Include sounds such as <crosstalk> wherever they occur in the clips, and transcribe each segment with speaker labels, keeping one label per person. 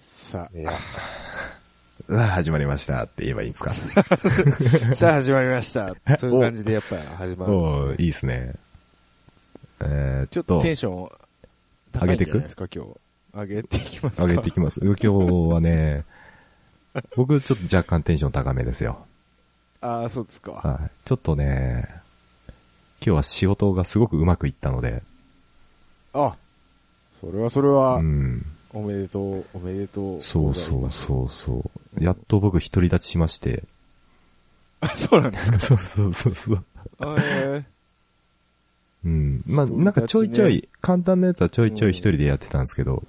Speaker 1: さ
Speaker 2: いやああ始まりましたって言えばいいん <laughs> ですか。
Speaker 1: あ、 <laughs> さあ始まりま
Speaker 2: <laughs>
Speaker 1: した。そういう感じでやっぱ始まるんです
Speaker 2: おーいいですね。えー、
Speaker 1: ち
Speaker 2: ち
Speaker 1: ょ
Speaker 2: ょ
Speaker 1: っ
Speaker 2: っ
Speaker 1: と
Speaker 2: と
Speaker 1: テ、ンション高いんじゃないですか、今日。上げていきますか。
Speaker 2: 上げていきます。今日はね、 <laughs> 僕ちょっと若干テンション高めですよ。
Speaker 1: ああ、そうですか。
Speaker 2: はい。ちょっとね、今日は仕事がすごくうまくいったので、
Speaker 1: あ、それはそれ
Speaker 2: う
Speaker 1: は、
Speaker 2: ん。
Speaker 1: おめでとう、おめでとう。
Speaker 2: そうそうそうそう。やっと僕一人立ちしまして。
Speaker 1: あ、そうなんですか。
Speaker 2: <laughs> そうそうそうそう。
Speaker 1: え
Speaker 2: うん。まあ、なんかちょいちょい、簡単なやつはちょいちょい一人でやってたんですけど、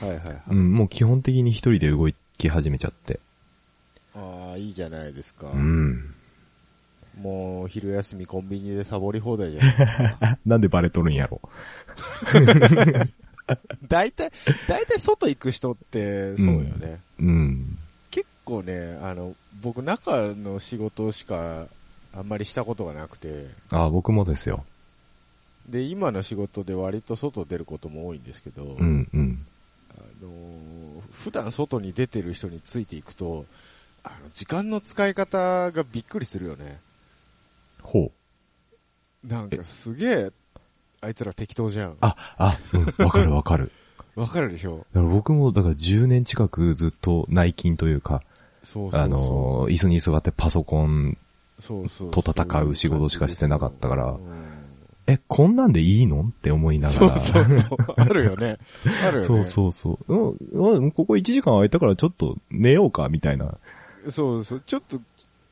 Speaker 1: ーはいはいはい。
Speaker 2: うん、もう基本的に一人で動き始めちゃって。
Speaker 1: ああ、いいじゃないですか。
Speaker 2: うん。
Speaker 1: もう、昼休みコンビニでサボり放題じゃない
Speaker 2: <laughs>
Speaker 1: ですか。
Speaker 2: なんでバレとるんやろ。
Speaker 1: 大体、大体外行く人って、そうよね。
Speaker 2: うん。
Speaker 1: 結構ね、あの、僕中の仕事しかあんまりしたことがなくて、
Speaker 2: あ僕もですよ。
Speaker 1: で、今の仕事で割と外出ることも多いんですけど、
Speaker 2: うん、うん。
Speaker 1: あのー普段外に出てる人についていくと、あの、時間の使い方がびっくりするよね。
Speaker 2: ほう。
Speaker 1: なんかすげえ、あいつら適当じゃん。
Speaker 2: あ、あ、うん、わかるわかる。
Speaker 1: わかるでしょ
Speaker 2: <laughs> だから僕も、だから10年近くずっと内勤というか、
Speaker 1: そうそうそう。
Speaker 2: あのー、椅子に座ってパソコン、
Speaker 1: そうそう
Speaker 2: と戦う仕事しかしてなかったから
Speaker 1: うん
Speaker 2: え、こんなんでいいのって思いな
Speaker 1: そ
Speaker 2: が
Speaker 1: う
Speaker 2: ら。
Speaker 1: そう
Speaker 2: <laughs>
Speaker 1: そう。あるよね。あるよね。
Speaker 2: そうそうそう。うんうん、ここ1時間空いたからちょっと寝ようか、みたいな。
Speaker 1: そうそう。ちょっと、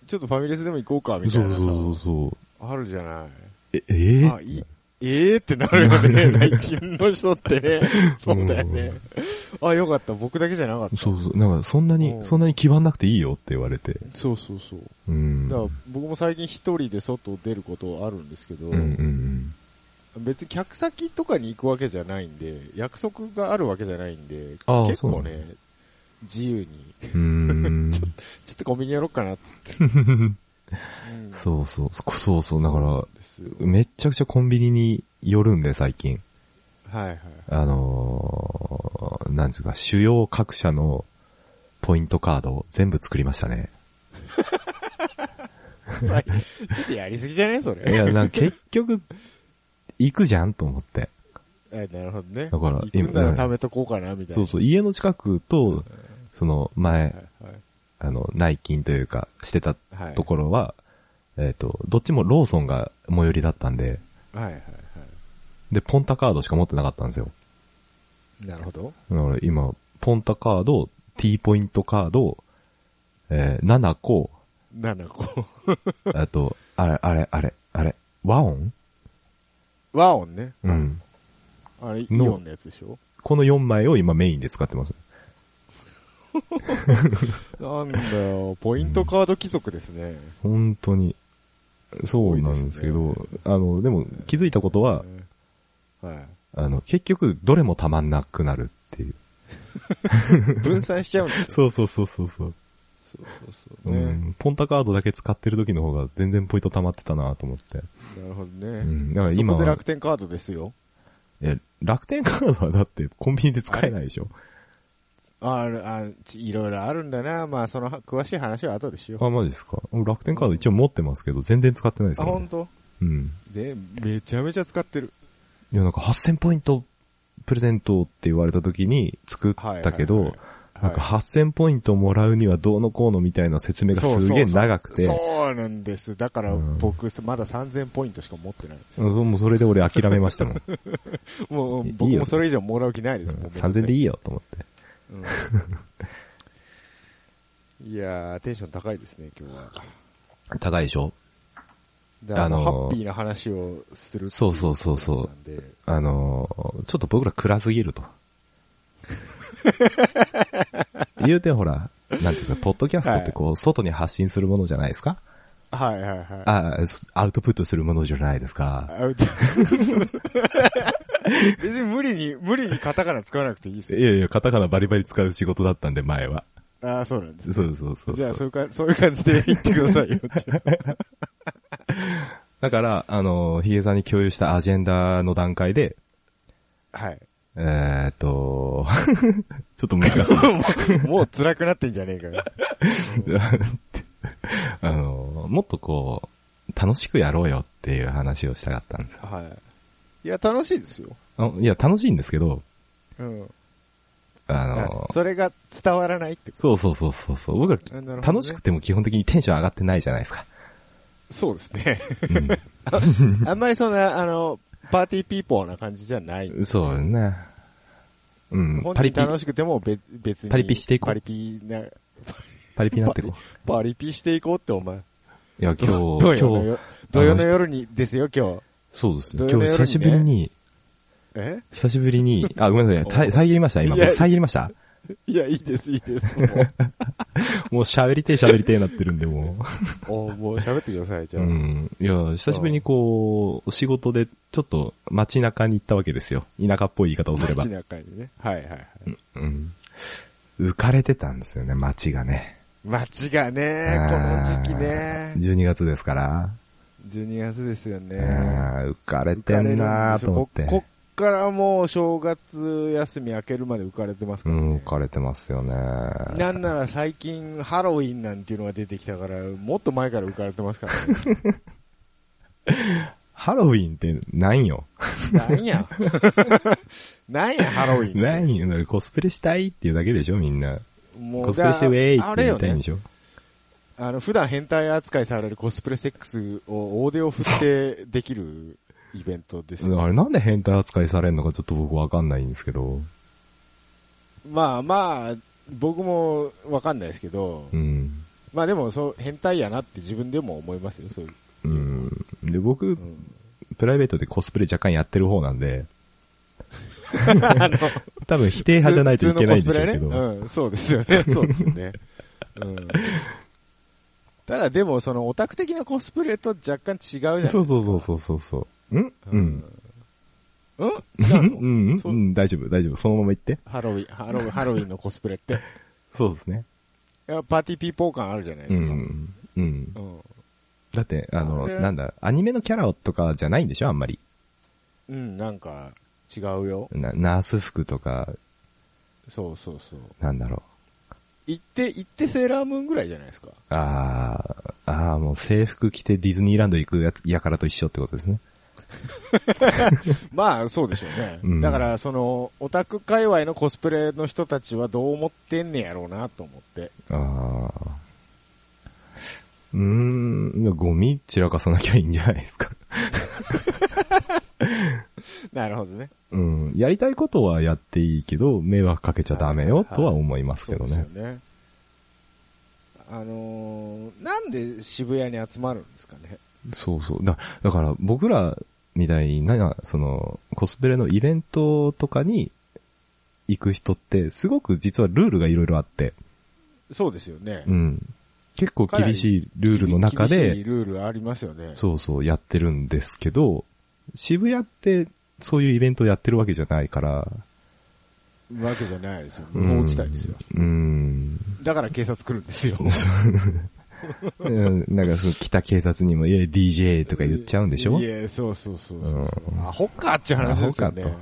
Speaker 1: ちょっとファミレスでも行こうか、みた
Speaker 2: そ
Speaker 1: いうなさ。
Speaker 2: そうそう。
Speaker 1: あるじゃない。
Speaker 2: え、えー
Speaker 1: あ、いい。ええー、ってなるよ
Speaker 2: <laughs>
Speaker 1: ね。内勤の人ってね。そうだよね。あ、よかった。僕だけじゃなかった。
Speaker 2: そうそう。なんか、そんな
Speaker 1: う
Speaker 2: に、
Speaker 1: ん
Speaker 2: そんなに気張んなくていいよって言われて。
Speaker 1: そうそうそう。
Speaker 2: うん。
Speaker 1: だから
Speaker 2: う
Speaker 1: 僕も最近一人で外出ることあるんですけど、
Speaker 2: んうん
Speaker 1: 別に客先とかに行くわけじゃないんで、約束があるわけじゃないんで、
Speaker 2: あー
Speaker 1: 結構
Speaker 2: そう
Speaker 1: ね、自由に、
Speaker 2: <laughs> うん。うーん。
Speaker 1: ちょっとコンビニやろうかなっつ
Speaker 2: <laughs>
Speaker 1: って。うん
Speaker 2: そうそう。そそうそう。だか
Speaker 1: ですよ
Speaker 2: ら、めっちゃくちゃコンビニに寄るんで、最近。
Speaker 1: はいはい。
Speaker 2: あのー、なんですか、主要各社のポイントカードを全部作りましたね。 <laughs>
Speaker 1: 最ちょっとやりすぎじゃねそれ。
Speaker 2: いや、なんか結局、行くじゃんと思って。
Speaker 1: えなるほどね。
Speaker 2: だから
Speaker 1: 行くんなら貯めとこうかな、みたい
Speaker 2: そ
Speaker 1: な。
Speaker 2: うそう。家の近くと、その前、
Speaker 1: はいはい
Speaker 2: あの、内勤というか、してた
Speaker 1: はい。
Speaker 2: ところは、えっ、と、どっちもローソンが最寄りだったんで、
Speaker 1: はいはいは
Speaker 2: で、ポンタカードしか持ってなかったんですよ。
Speaker 1: い。なるほど。
Speaker 2: だから今、ポンタカード、T ポイントカード、えー、7個、
Speaker 1: 7個。
Speaker 2: あと、あれ、あれ、あれ、あれ、和音
Speaker 1: <laughs> 和音ね。
Speaker 2: うん。
Speaker 1: あれ、イ
Speaker 2: の
Speaker 1: オンのやつでしょ
Speaker 2: この4枚を今メインで使ってます。
Speaker 1: なんだよ、ポイントカード貴族ですね。
Speaker 2: 本当に。そうなんですけど、
Speaker 1: 多いですね
Speaker 2: あの、でも気づいたことは、
Speaker 1: は
Speaker 2: あの、結局どれもたまんなくなるっていう。
Speaker 1: い。分散しちゃうん
Speaker 2: <laughs>
Speaker 1: ですよ。
Speaker 2: そうそうそうそうそう。
Speaker 1: そうそうそうう。ね。
Speaker 2: ん、ポンタカードだけ使ってる時の方が全然ポイント溜まってたなと思って。
Speaker 1: なるほど
Speaker 2: う
Speaker 1: ね。
Speaker 2: ん、だから
Speaker 1: そ
Speaker 2: 今
Speaker 1: こで
Speaker 2: は
Speaker 1: 楽、天カードですよ。
Speaker 2: いや楽天カードはだってコンビニで使えないでしょ。
Speaker 1: ああ、ちいろいろあるんだな。まあ、その、詳しい話は後でしよう。
Speaker 2: あ、マジですか。楽天カード一応持ってますけど、全然使ってないです
Speaker 1: あ、
Speaker 2: よ、
Speaker 1: ほん
Speaker 2: ね。
Speaker 1: と
Speaker 2: うん。
Speaker 1: で、めちゃめちゃ使ってる。
Speaker 2: いや、なんか8000ポイントプレゼントって言われた時に作っ
Speaker 1: はい。
Speaker 2: たけど、
Speaker 1: はいはい
Speaker 2: なんか8000ポイントもらうにはどうのこうのみたいな説明がすげえ長くて、
Speaker 1: そうなんです。だから
Speaker 2: うん
Speaker 1: 僕、まだ3000ポイントしか持ってないです。
Speaker 2: うんもうそれで俺諦めまし
Speaker 1: <laughs>
Speaker 2: たもん。
Speaker 1: もう、
Speaker 2: いいよ
Speaker 1: 僕もそれ以上もらう気ないです。もう
Speaker 2: 3000でいいよと思って。
Speaker 1: うんいやー、テンション高いですね、今日は。
Speaker 2: 高いでしょ
Speaker 1: だから
Speaker 2: あのー
Speaker 1: ハッピーな話をするってい
Speaker 2: そうそうそうそう
Speaker 1: なんで
Speaker 2: あのーちょっと僕ら暗すぎ
Speaker 1: <laughs>
Speaker 2: ると。言うてほら、なんていうんですか、ポッドキャストってこう、外に発信するものじゃないですか
Speaker 1: はいはいはい。
Speaker 2: あアウトプットするものじゃないですか。
Speaker 1: あ <laughs> 別に無理に、無理にカタカナ使わなくていいです
Speaker 2: い
Speaker 1: よ。
Speaker 2: やいや、カタカナバリバリ使う仕事だったんで、前は。
Speaker 1: ああ、そうなんです。
Speaker 2: そうそうそうそう。
Speaker 1: じゃあ、そういうか、そういう感じで言ってくださいよ。
Speaker 2: だから、あのーヒゲさんに共有したアジェンダの段階で、 <laughs>
Speaker 1: はい。
Speaker 2: えーっと、 <laughs> ちょっと難しい。 <laughs>
Speaker 1: もう辛くなってんじゃねえかよ。
Speaker 2: あの、もっとこう、楽しくやろうよっていう話をしたかったんですよ
Speaker 1: はい。いや、楽しいですよ。
Speaker 2: あのいや、楽しいんですけど、
Speaker 1: うん。
Speaker 2: あ
Speaker 1: あ
Speaker 2: の、
Speaker 1: それが伝わらないってこ
Speaker 2: そうそうそうそうそう。僕
Speaker 1: と。な
Speaker 2: は
Speaker 1: るほどね
Speaker 2: 楽しくても基本的にテンション上がってないじゃないですか。
Speaker 1: そうですね。<laughs>
Speaker 2: う
Speaker 1: あんまりそんな、あの、パーティーピーポーな感じじゃない。
Speaker 2: ん、そうね。うん、
Speaker 1: 本
Speaker 2: パ
Speaker 1: 当
Speaker 2: リ
Speaker 1: に
Speaker 2: ピ、
Speaker 1: 楽しくても別別に。
Speaker 2: パリピしていこう
Speaker 1: パリピな、
Speaker 2: パリピになってこう。
Speaker 1: パリピしていこうってお前。
Speaker 2: いや、今日、
Speaker 1: ど土
Speaker 2: 今
Speaker 1: 曜の
Speaker 2: 日
Speaker 1: 夜、土曜の夜にですよ、今日。
Speaker 2: そうですね。
Speaker 1: 土曜
Speaker 2: 今
Speaker 1: の
Speaker 2: 日
Speaker 1: 夜にね
Speaker 2: 久しぶりに、
Speaker 1: え
Speaker 2: 久しぶりに、
Speaker 1: <laughs>
Speaker 2: あ、ごめんなさいさい。遮りました今、
Speaker 1: いや
Speaker 2: 僕遮りました
Speaker 1: いや、いいです、いい
Speaker 2: <laughs>
Speaker 1: です。も
Speaker 2: もう喋りてえ喋りてえなってるんで、も
Speaker 1: <laughs> う、おもう喋ってください、じ
Speaker 2: う。
Speaker 1: ゃ
Speaker 2: う
Speaker 1: あ。
Speaker 2: ん。いや、久しぶりにこう、仕事で、ちょっと街中に行ったわけですよ。田舎っぽい言い方をすれば
Speaker 1: 街。中にね。はいはいはい。
Speaker 2: うん。浮かれてたんですよね、街がね。
Speaker 1: 街がね、この
Speaker 2: あー
Speaker 1: 時期ね。
Speaker 2: 12月ですから。
Speaker 1: 12月ですよね。
Speaker 2: あー浮かれ
Speaker 1: 浮
Speaker 2: て
Speaker 1: かれるん
Speaker 2: んな
Speaker 1: で
Speaker 2: ー
Speaker 1: す
Speaker 2: と
Speaker 1: よ
Speaker 2: 思っ
Speaker 1: こ
Speaker 2: て。
Speaker 1: こっからもう正月休み明けるまで浮かれてます
Speaker 2: う
Speaker 1: から
Speaker 2: ん、
Speaker 1: ね
Speaker 2: 浮。かれてますよね。
Speaker 1: なんなら最近ハロウィンなんていうのが出てきたから、もっと前から浮かれてますからね。
Speaker 2: ハロウィンってなんよ。 <laughs>
Speaker 1: なんや。なんや、ハロウィンって。
Speaker 2: なんよ。コスプレしたいっていうだけでしょ、みんな。
Speaker 1: も
Speaker 2: コ
Speaker 1: う
Speaker 2: ス
Speaker 1: じゃ
Speaker 2: プレしてウ
Speaker 1: あ
Speaker 2: ェイ
Speaker 1: あ
Speaker 2: っ
Speaker 1: れ
Speaker 2: て
Speaker 1: よ
Speaker 2: みたいん
Speaker 1: ね
Speaker 2: で。しょ。
Speaker 1: あの、普段変態扱いされるコスプレセックスを大手を振ってできるイベントですよ。
Speaker 2: あれなんで変態扱いされるのかちょっと僕わかんないんですけど。
Speaker 1: まあまあ、僕もわかんないですけど
Speaker 2: う、ん。
Speaker 1: まあでもそう、変態やなって自分でも思いますよ、
Speaker 2: <laughs>
Speaker 1: そういう。
Speaker 2: うん。で、僕
Speaker 1: う、ん
Speaker 2: プライベートでコスプレ若干やってる方なんで、
Speaker 1: あの、
Speaker 2: 多分否定派じゃないといけないんでしょうけ
Speaker 1: 普通のコスプレ
Speaker 2: ど。
Speaker 1: はねうん、そうですよ
Speaker 2: <laughs>
Speaker 1: ね。そうですよね。うん。ただでも、そのオタク的なコスプレと若干違うじゃない
Speaker 2: そうそうそうそうそうそう。んうん。。
Speaker 1: うん
Speaker 2: う
Speaker 1: 違
Speaker 2: ん
Speaker 1: うの
Speaker 2: うん
Speaker 1: そう
Speaker 2: うん。大丈夫、大丈夫。そのまま行って。
Speaker 1: ハロウィン、ハロウィン、ハロウィンのコスプレって、
Speaker 2: そうですね。
Speaker 1: いやパーティーピーポー感あるじゃないで
Speaker 2: う
Speaker 1: すか。
Speaker 2: ん。うん
Speaker 1: う。ん。
Speaker 2: だって、あの、
Speaker 1: あれ
Speaker 2: なんだ、アニメのキャラとかじゃないんでしょあんまり。
Speaker 1: うん、なんか、違うよ。
Speaker 2: なナース服とか、
Speaker 1: そうそうそう。
Speaker 2: なんだろ
Speaker 1: 行って、行ってセーラームーンぐらいじゃないですか。
Speaker 2: う。あー、あーもう制服着てディズニーランド行くやつ、やからと一緒ってことですね。
Speaker 1: まあ、そうでしょうね。
Speaker 2: うん
Speaker 1: だから、その、オタク界隈のコスプレの人たちはどう思ってんねやろうなと思って。
Speaker 2: あー。うーん、ゴミ散らかさなきゃいいんじゃないですか。 <laughs>
Speaker 1: なるほどね。
Speaker 2: うん。やりたいことはやっていいけど、迷惑かけちゃダメよ、とは思いますけど
Speaker 1: そう
Speaker 2: ね
Speaker 1: で。すよね。あのーなんで渋谷に集まるんですかね。
Speaker 2: そうそう。だ、だから僕らみたいに、な、その、コスプレのイベントとかに行く人って、すごく実はルールがいろいろあって、
Speaker 1: そうですよね。
Speaker 2: うん。結構厳しいルールの中
Speaker 1: 厳しい
Speaker 2: で、
Speaker 1: ルールありますよね。
Speaker 2: そうそうやってるんですけど、渋谷ってそういうイベントやってるわけじゃないから、
Speaker 1: わけじゃないですよ。無法地帯ですよ。
Speaker 2: うん。
Speaker 1: だから警察来るんですよ。
Speaker 2: うんなんかその北警察にも、いや DJ とか言っちゃうんでしょ
Speaker 1: いや、そうそうそうそうそう。アホかっちゅう話ですよね
Speaker 2: アホか。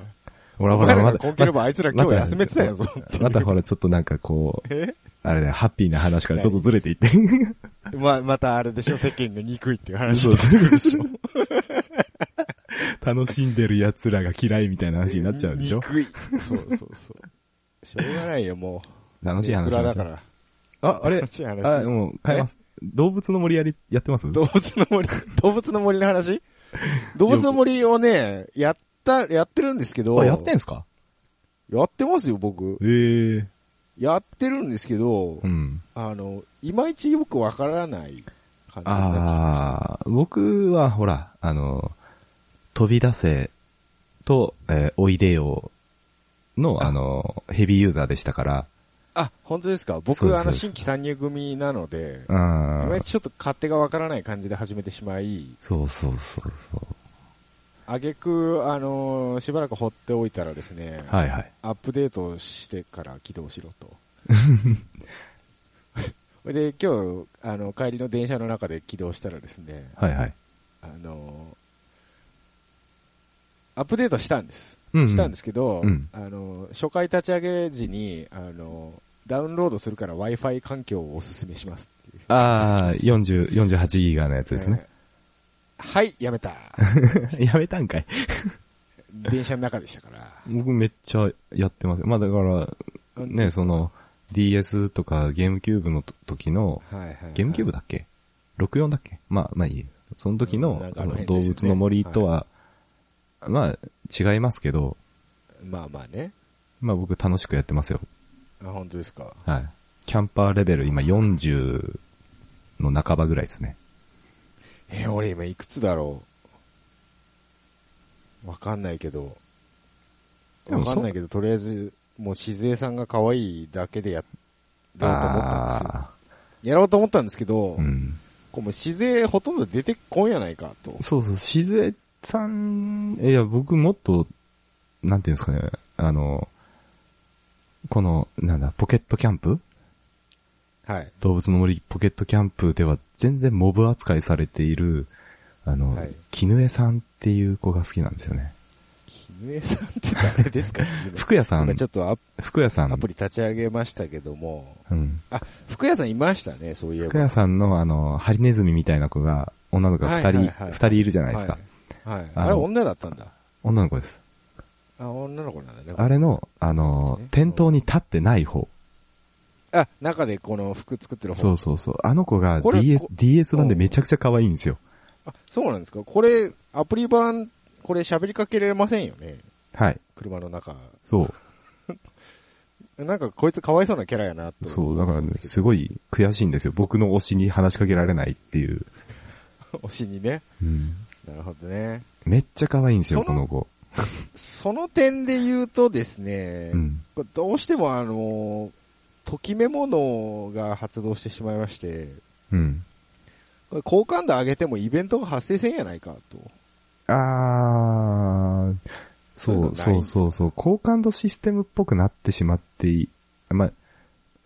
Speaker 2: ほらほら、
Speaker 1: お前ら
Speaker 2: まだ
Speaker 1: が、こければあいつら今日
Speaker 2: まだ
Speaker 1: 休めてたやぞっていう
Speaker 2: またほら、ちょっとなんかこう、
Speaker 1: え
Speaker 2: あれだよ、ハッピーな話からちょっとずれていって。
Speaker 1: <laughs> ま、またあれでしょ、世間が憎いっていう話。
Speaker 2: そうそうでしょ。楽しんでる奴らが嫌いみたいな話になっちゃうでしょ
Speaker 1: 憎い。そうそうそう。しょうがないよ、もう。
Speaker 2: 楽しい話
Speaker 1: ネクラだから。
Speaker 2: あ、あれ
Speaker 1: 楽しい話
Speaker 2: あ、もう変えます。動物の森やり、やってます
Speaker 1: 動物の森、動物の森の話動物の森をね、やった、やってるんですけど。
Speaker 2: あ、やってんすか
Speaker 1: やってますよ、僕。
Speaker 2: ええ。
Speaker 1: やってるんですけど
Speaker 2: う、ん。
Speaker 1: あの、いまいちよくわからない感じになっ
Speaker 2: ああ、僕はほら、あの、飛び出せと、えーおいでよの、
Speaker 1: あ
Speaker 2: あの、ヘビーユーザーでしたから、
Speaker 1: ああ、本当ですか
Speaker 2: そうで
Speaker 1: 僕、
Speaker 2: す
Speaker 1: あの、
Speaker 2: そうです
Speaker 1: 新規参入組なので、
Speaker 2: う
Speaker 1: いまい
Speaker 2: ん。
Speaker 1: ちちょっと勝手がわからない感じで始めてしまい、
Speaker 2: そうそうそうそう。
Speaker 1: あげく、あのーしばらく放っておいたらですね、
Speaker 2: はいはい。
Speaker 1: アップデートしてから起動しろ
Speaker 2: <laughs>
Speaker 1: と。それで、今日、あの、帰りの電車の中で起動したらですね、
Speaker 2: はいはい。
Speaker 1: あのーアップデートしたんです。
Speaker 2: うん、
Speaker 1: したんですけど、
Speaker 2: うん
Speaker 1: あの、初回立ち上げ時に、あの、ダウンロードするから Wi-Fi 環境をお勧めしますっていう
Speaker 2: ああ、40、48ギガのやつですね。。
Speaker 1: えーはい、やめ
Speaker 2: <laughs>
Speaker 1: た。
Speaker 2: やめたんかい。
Speaker 1: 電車の中でしたから。
Speaker 2: 僕めっちゃやってます。まあだから、ね、その、DS とかゲームキューブのと時の、
Speaker 1: はいはいはい。
Speaker 2: ゲームキューブだっけ ?64 だっけまあ、まあいい。その時の
Speaker 1: うんなん、か
Speaker 2: あ
Speaker 1: あの
Speaker 2: の
Speaker 1: 辺ですよ
Speaker 2: 動
Speaker 1: ね
Speaker 2: 物の森とは、まあ、違いますけど、
Speaker 1: まあまあね。
Speaker 2: まあ僕楽しくやってますよ。
Speaker 1: あ、本当ですか。
Speaker 2: はい。キャンパーレベル今40の半ばぐらいですね。
Speaker 1: えー俺今いくつだろう。わかんないけど。
Speaker 2: で
Speaker 1: わ
Speaker 2: も
Speaker 1: か
Speaker 2: そ
Speaker 1: んないけど、とりあえず、もう静江さんが可愛いだけでやろうと思ったんですよ。
Speaker 2: あ
Speaker 1: やろうと思ったんですけど、
Speaker 2: ーうん。
Speaker 1: こうもう静江ほとんど出てこんやないかと。
Speaker 2: そうそう、しずえさん、いや、僕もっと、なんていうんですかね、あの、この、なんだ、ポケットキャンプ
Speaker 1: はい。
Speaker 2: 動物の森ポケットキャンプでは全然モブ扱いされている、あの
Speaker 1: はい、
Speaker 2: 絹、江さんっていう子が好きなんですよね。
Speaker 1: 絹江さんって誰ですか
Speaker 2: 福屋さ
Speaker 1: 今
Speaker 2: ん
Speaker 1: ち、ょっとア
Speaker 2: 福屋さん、
Speaker 1: アプリ立ち上げましたけども、
Speaker 2: うん。
Speaker 1: あ、福屋さんいましたね、そういえば。
Speaker 2: 福屋さんのあの、ハリネズミみたいな子が、女の子が二人、
Speaker 1: はい
Speaker 2: 二、
Speaker 1: はいはい
Speaker 2: 人いるじゃないですか。
Speaker 1: はい。はい、
Speaker 2: あの
Speaker 1: あれ女だったんだ。
Speaker 2: 女の子です。
Speaker 1: あ、女の子なんだね。
Speaker 2: あれの、あ
Speaker 1: そう
Speaker 2: の、
Speaker 1: ですね
Speaker 2: 店頭に立ってない方。
Speaker 1: あ、中でこの服作ってる方。
Speaker 2: そうそうそう。あの子が
Speaker 1: これ
Speaker 2: DS
Speaker 1: こ、
Speaker 2: DS 版でめちゃくちゃ可愛いんですよ。
Speaker 1: あ、そうなんですかこれ、アプリ版、これ喋りかけられませんよね。
Speaker 2: はい。
Speaker 1: 車の中。
Speaker 2: そう。
Speaker 1: なんかこいつかわいそうなキャラやなと。
Speaker 2: そう、だからね、す
Speaker 1: い。
Speaker 2: ごい悔しいんですよ。僕の推しに話しかけられないっていう。
Speaker 1: 推しにね。
Speaker 2: うん。
Speaker 1: なるほどね。
Speaker 2: めっちゃ可愛いんですよ、
Speaker 1: そ
Speaker 2: こ
Speaker 1: の
Speaker 2: の子。
Speaker 1: その点で言うとですね、
Speaker 2: うん。
Speaker 1: これどうしてもあの、ときめものが発動してしまいまして、
Speaker 2: うん。
Speaker 1: これ好感度上げてもイベントが発生せんやないかと。
Speaker 2: あー、
Speaker 1: そういう
Speaker 2: そ
Speaker 1: のない
Speaker 2: う、そ
Speaker 1: ん
Speaker 2: うそうそう、好感度システムっぽくなってしまってい、まあ、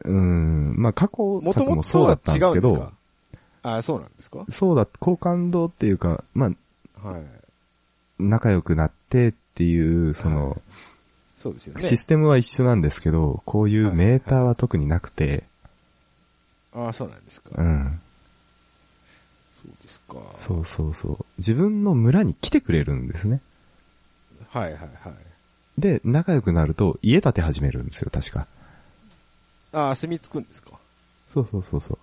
Speaker 2: うーん、まあ過去
Speaker 1: もと
Speaker 2: 作
Speaker 1: も
Speaker 2: もそ
Speaker 1: と
Speaker 2: うだ
Speaker 1: は
Speaker 2: ったん
Speaker 1: 違
Speaker 2: です
Speaker 1: う
Speaker 2: け
Speaker 1: んです
Speaker 2: ど
Speaker 1: か、あ、そうなんですか
Speaker 2: そうだ、好感度っていうか、まあ、
Speaker 1: はい。
Speaker 2: 仲良くなってっていう、その、
Speaker 1: そうですよね。
Speaker 2: システムは一緒なんですけど、こういうメーターは特になくて、
Speaker 1: あそうなんですか。
Speaker 2: うん。
Speaker 1: そうですか。
Speaker 2: そうそうそう。自分の村に来てくれるんですね。
Speaker 1: はいはいはい。
Speaker 2: で、仲良くなると、家建て始めるんですよ、確か。
Speaker 1: ああ、住み着くんですか。
Speaker 2: そうそうそうそ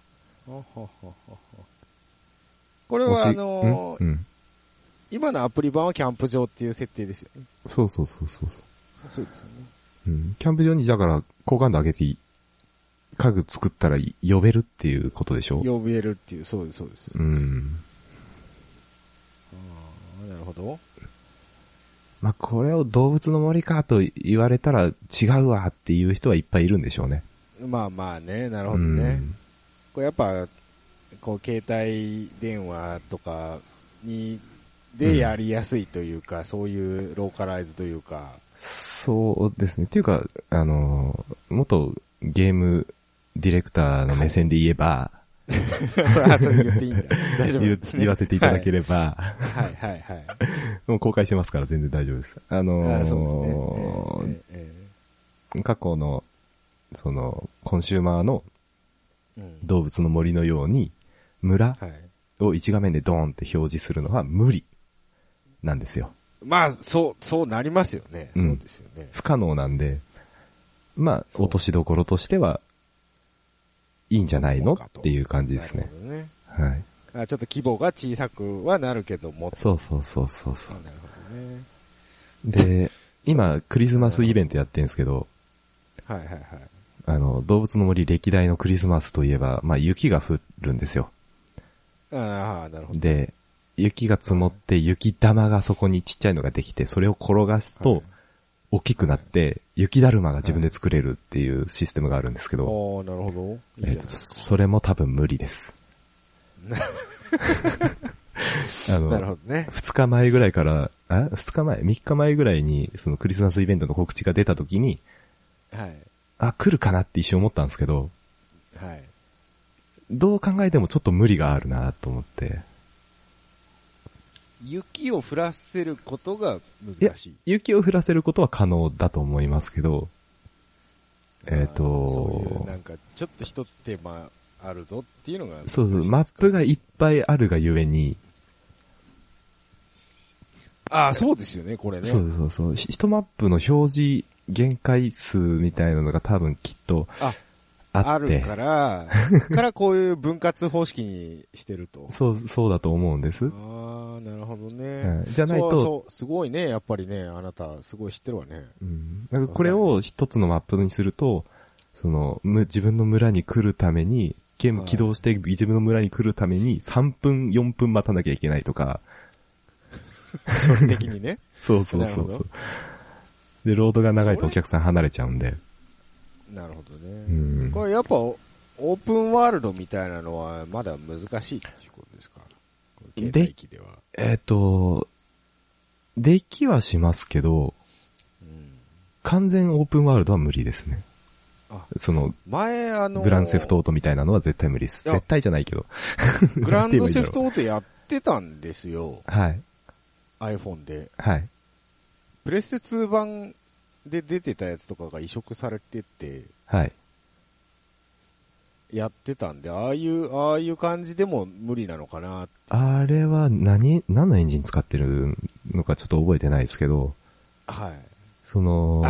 Speaker 2: う。
Speaker 1: はははははこれはあのー
Speaker 2: うんうん。
Speaker 1: 今のアプリ版はキャンプ場っていう設定ですよね。
Speaker 2: そうそうそうそうそう。
Speaker 1: そうですよね。
Speaker 2: うんキャンプ場に、だから、好感度上げていい、家具作ったらい呼べるっていうことでしょ
Speaker 1: 呼べるっていう、そうです、そうです。
Speaker 2: うん。
Speaker 1: ああ、なるほど。
Speaker 2: まあ、これを動物の森かと言われたら違うわっていう人はいっぱいいるんでしょうね。
Speaker 1: まあまあね、なるほ
Speaker 2: う
Speaker 1: どね。
Speaker 2: ん。
Speaker 1: これやっぱ、こう、携帯電話とかに、
Speaker 2: うん
Speaker 1: でやりやすいというか、そういうローカライズという
Speaker 2: <laughs>
Speaker 1: か、
Speaker 2: そうですね。っていうか、あの、元ゲームディレクターの目線で言えば、
Speaker 1: あそれ言っていいんだ。 <laughs> 大丈夫
Speaker 2: 言う
Speaker 1: です、ね。
Speaker 2: 言わせていただけ
Speaker 1: れ
Speaker 2: れば、
Speaker 1: ば。はい、はい、はい。
Speaker 2: <laughs> もう公開してますから全然大丈夫です。あの
Speaker 1: あそうですね。えええ
Speaker 2: 過去の、その、コンシューマーの
Speaker 1: えうん
Speaker 2: 動物の森のように、村
Speaker 1: はい。
Speaker 2: を一画面でドーンって表示するのは無理なんですよ。
Speaker 1: まあ、そう、そうなりますよね。
Speaker 2: うん
Speaker 1: そうですよね。
Speaker 2: 不可能なんで、まあ、
Speaker 1: そう
Speaker 2: 落としどころとしては、いいんじゃないの
Speaker 1: そうかと
Speaker 2: っていう感じです
Speaker 1: な
Speaker 2: ね
Speaker 1: る。ほどね。
Speaker 2: はい。
Speaker 1: あちょっと規模が小さくはなるけども。
Speaker 2: そうそうそうそうそう。
Speaker 1: なるほどね。
Speaker 2: で、今、クリスマスイベントやってるんですけど、
Speaker 1: はいはいはい。
Speaker 2: あの、動物の森歴代のクリスマスといえば、まあ、雪が降るんですよ。
Speaker 1: ああ、なるほど。
Speaker 2: で、雪が積もって、雪玉がそこにちっちゃいのができて、それを転がすと、
Speaker 1: はい
Speaker 2: 大きくなって、雪だるまが自分で作れるっていうシステムがあるんですけど、
Speaker 1: おーなるほど。いいじゃな
Speaker 2: え
Speaker 1: い
Speaker 2: っ
Speaker 1: で
Speaker 2: と、
Speaker 1: す
Speaker 2: それも多分無
Speaker 1: <laughs>
Speaker 2: 理です。あ
Speaker 1: かなるほ
Speaker 2: の、
Speaker 1: どね。
Speaker 2: 二日前ぐらいから、あ二日前三日前ぐらいに、そのクリスマスイベントの告知が出た時に、
Speaker 1: はい。
Speaker 2: あ、来るかなって一瞬思ったんですけど、
Speaker 1: はい。
Speaker 2: どう考えてもちょっと無理があるなと思って。
Speaker 1: 雪を降らせることが
Speaker 2: いや
Speaker 1: 難しい。、
Speaker 2: 雪を降らせることは可能だと思いますけど、えっ、
Speaker 1: あーそういう
Speaker 2: と
Speaker 1: な、んか、ちょっと一手間あるぞっていうのが。
Speaker 2: そうそう、マップがいっぱいあるがゆえに、
Speaker 1: ああ、そうですよね、これね。
Speaker 2: そうそうそう、ひ一マップの表示限界数みたいなのが多分きっと
Speaker 1: あ、
Speaker 2: あ
Speaker 1: あ
Speaker 2: っ
Speaker 1: る
Speaker 2: て、
Speaker 1: から、 <laughs> からこういう分割方式にしてると。
Speaker 2: そう、そうだと思うんです。
Speaker 1: ああ、なるほどね。
Speaker 2: うんじゃない
Speaker 1: そう
Speaker 2: と、
Speaker 1: そう、すごいね、やっぱりね、あなた、すごい知ってるわね。
Speaker 2: うんなんかこれを一つのマップにすると、その、む自分の村に来るために、ゲーム起動して自分の村に来るために3分、4分待たなきゃいけないとか、
Speaker 1: 基本的にね。
Speaker 2: <laughs> そうそうそう
Speaker 1: なる
Speaker 2: そ
Speaker 1: ほ
Speaker 2: う。で、ロードが長いとお客さん離れちゃうんで。
Speaker 1: なるほど
Speaker 2: う
Speaker 1: ね。
Speaker 2: ん。
Speaker 1: これやっぱ、オープンワールドみたいなのは、まだ難しいっていうことですか
Speaker 2: で
Speaker 1: 携帯機では。
Speaker 2: えっ、と、できはしますけど、
Speaker 1: うん
Speaker 2: 完全オープンワールドは無理ですね
Speaker 1: あ。
Speaker 2: その、
Speaker 1: 前、あの、
Speaker 2: グランセフトオートみたいなのは絶対無理です。
Speaker 1: いや
Speaker 2: 絶対じゃないけど。
Speaker 1: グランドセフ
Speaker 2: なんて言えばいいんだろ
Speaker 1: トオートやってたんですよ。
Speaker 2: うはい。
Speaker 1: iPhone で。
Speaker 2: はい。
Speaker 1: プレステ2版で出てたやつとかが移植されてって、
Speaker 2: はい。
Speaker 1: やってたんで、ああいう、ああいう感じでも無理なのかな。
Speaker 2: あれは何、何のエンジン使ってるのかちょっと覚えてないですけど、
Speaker 1: はい。
Speaker 2: その、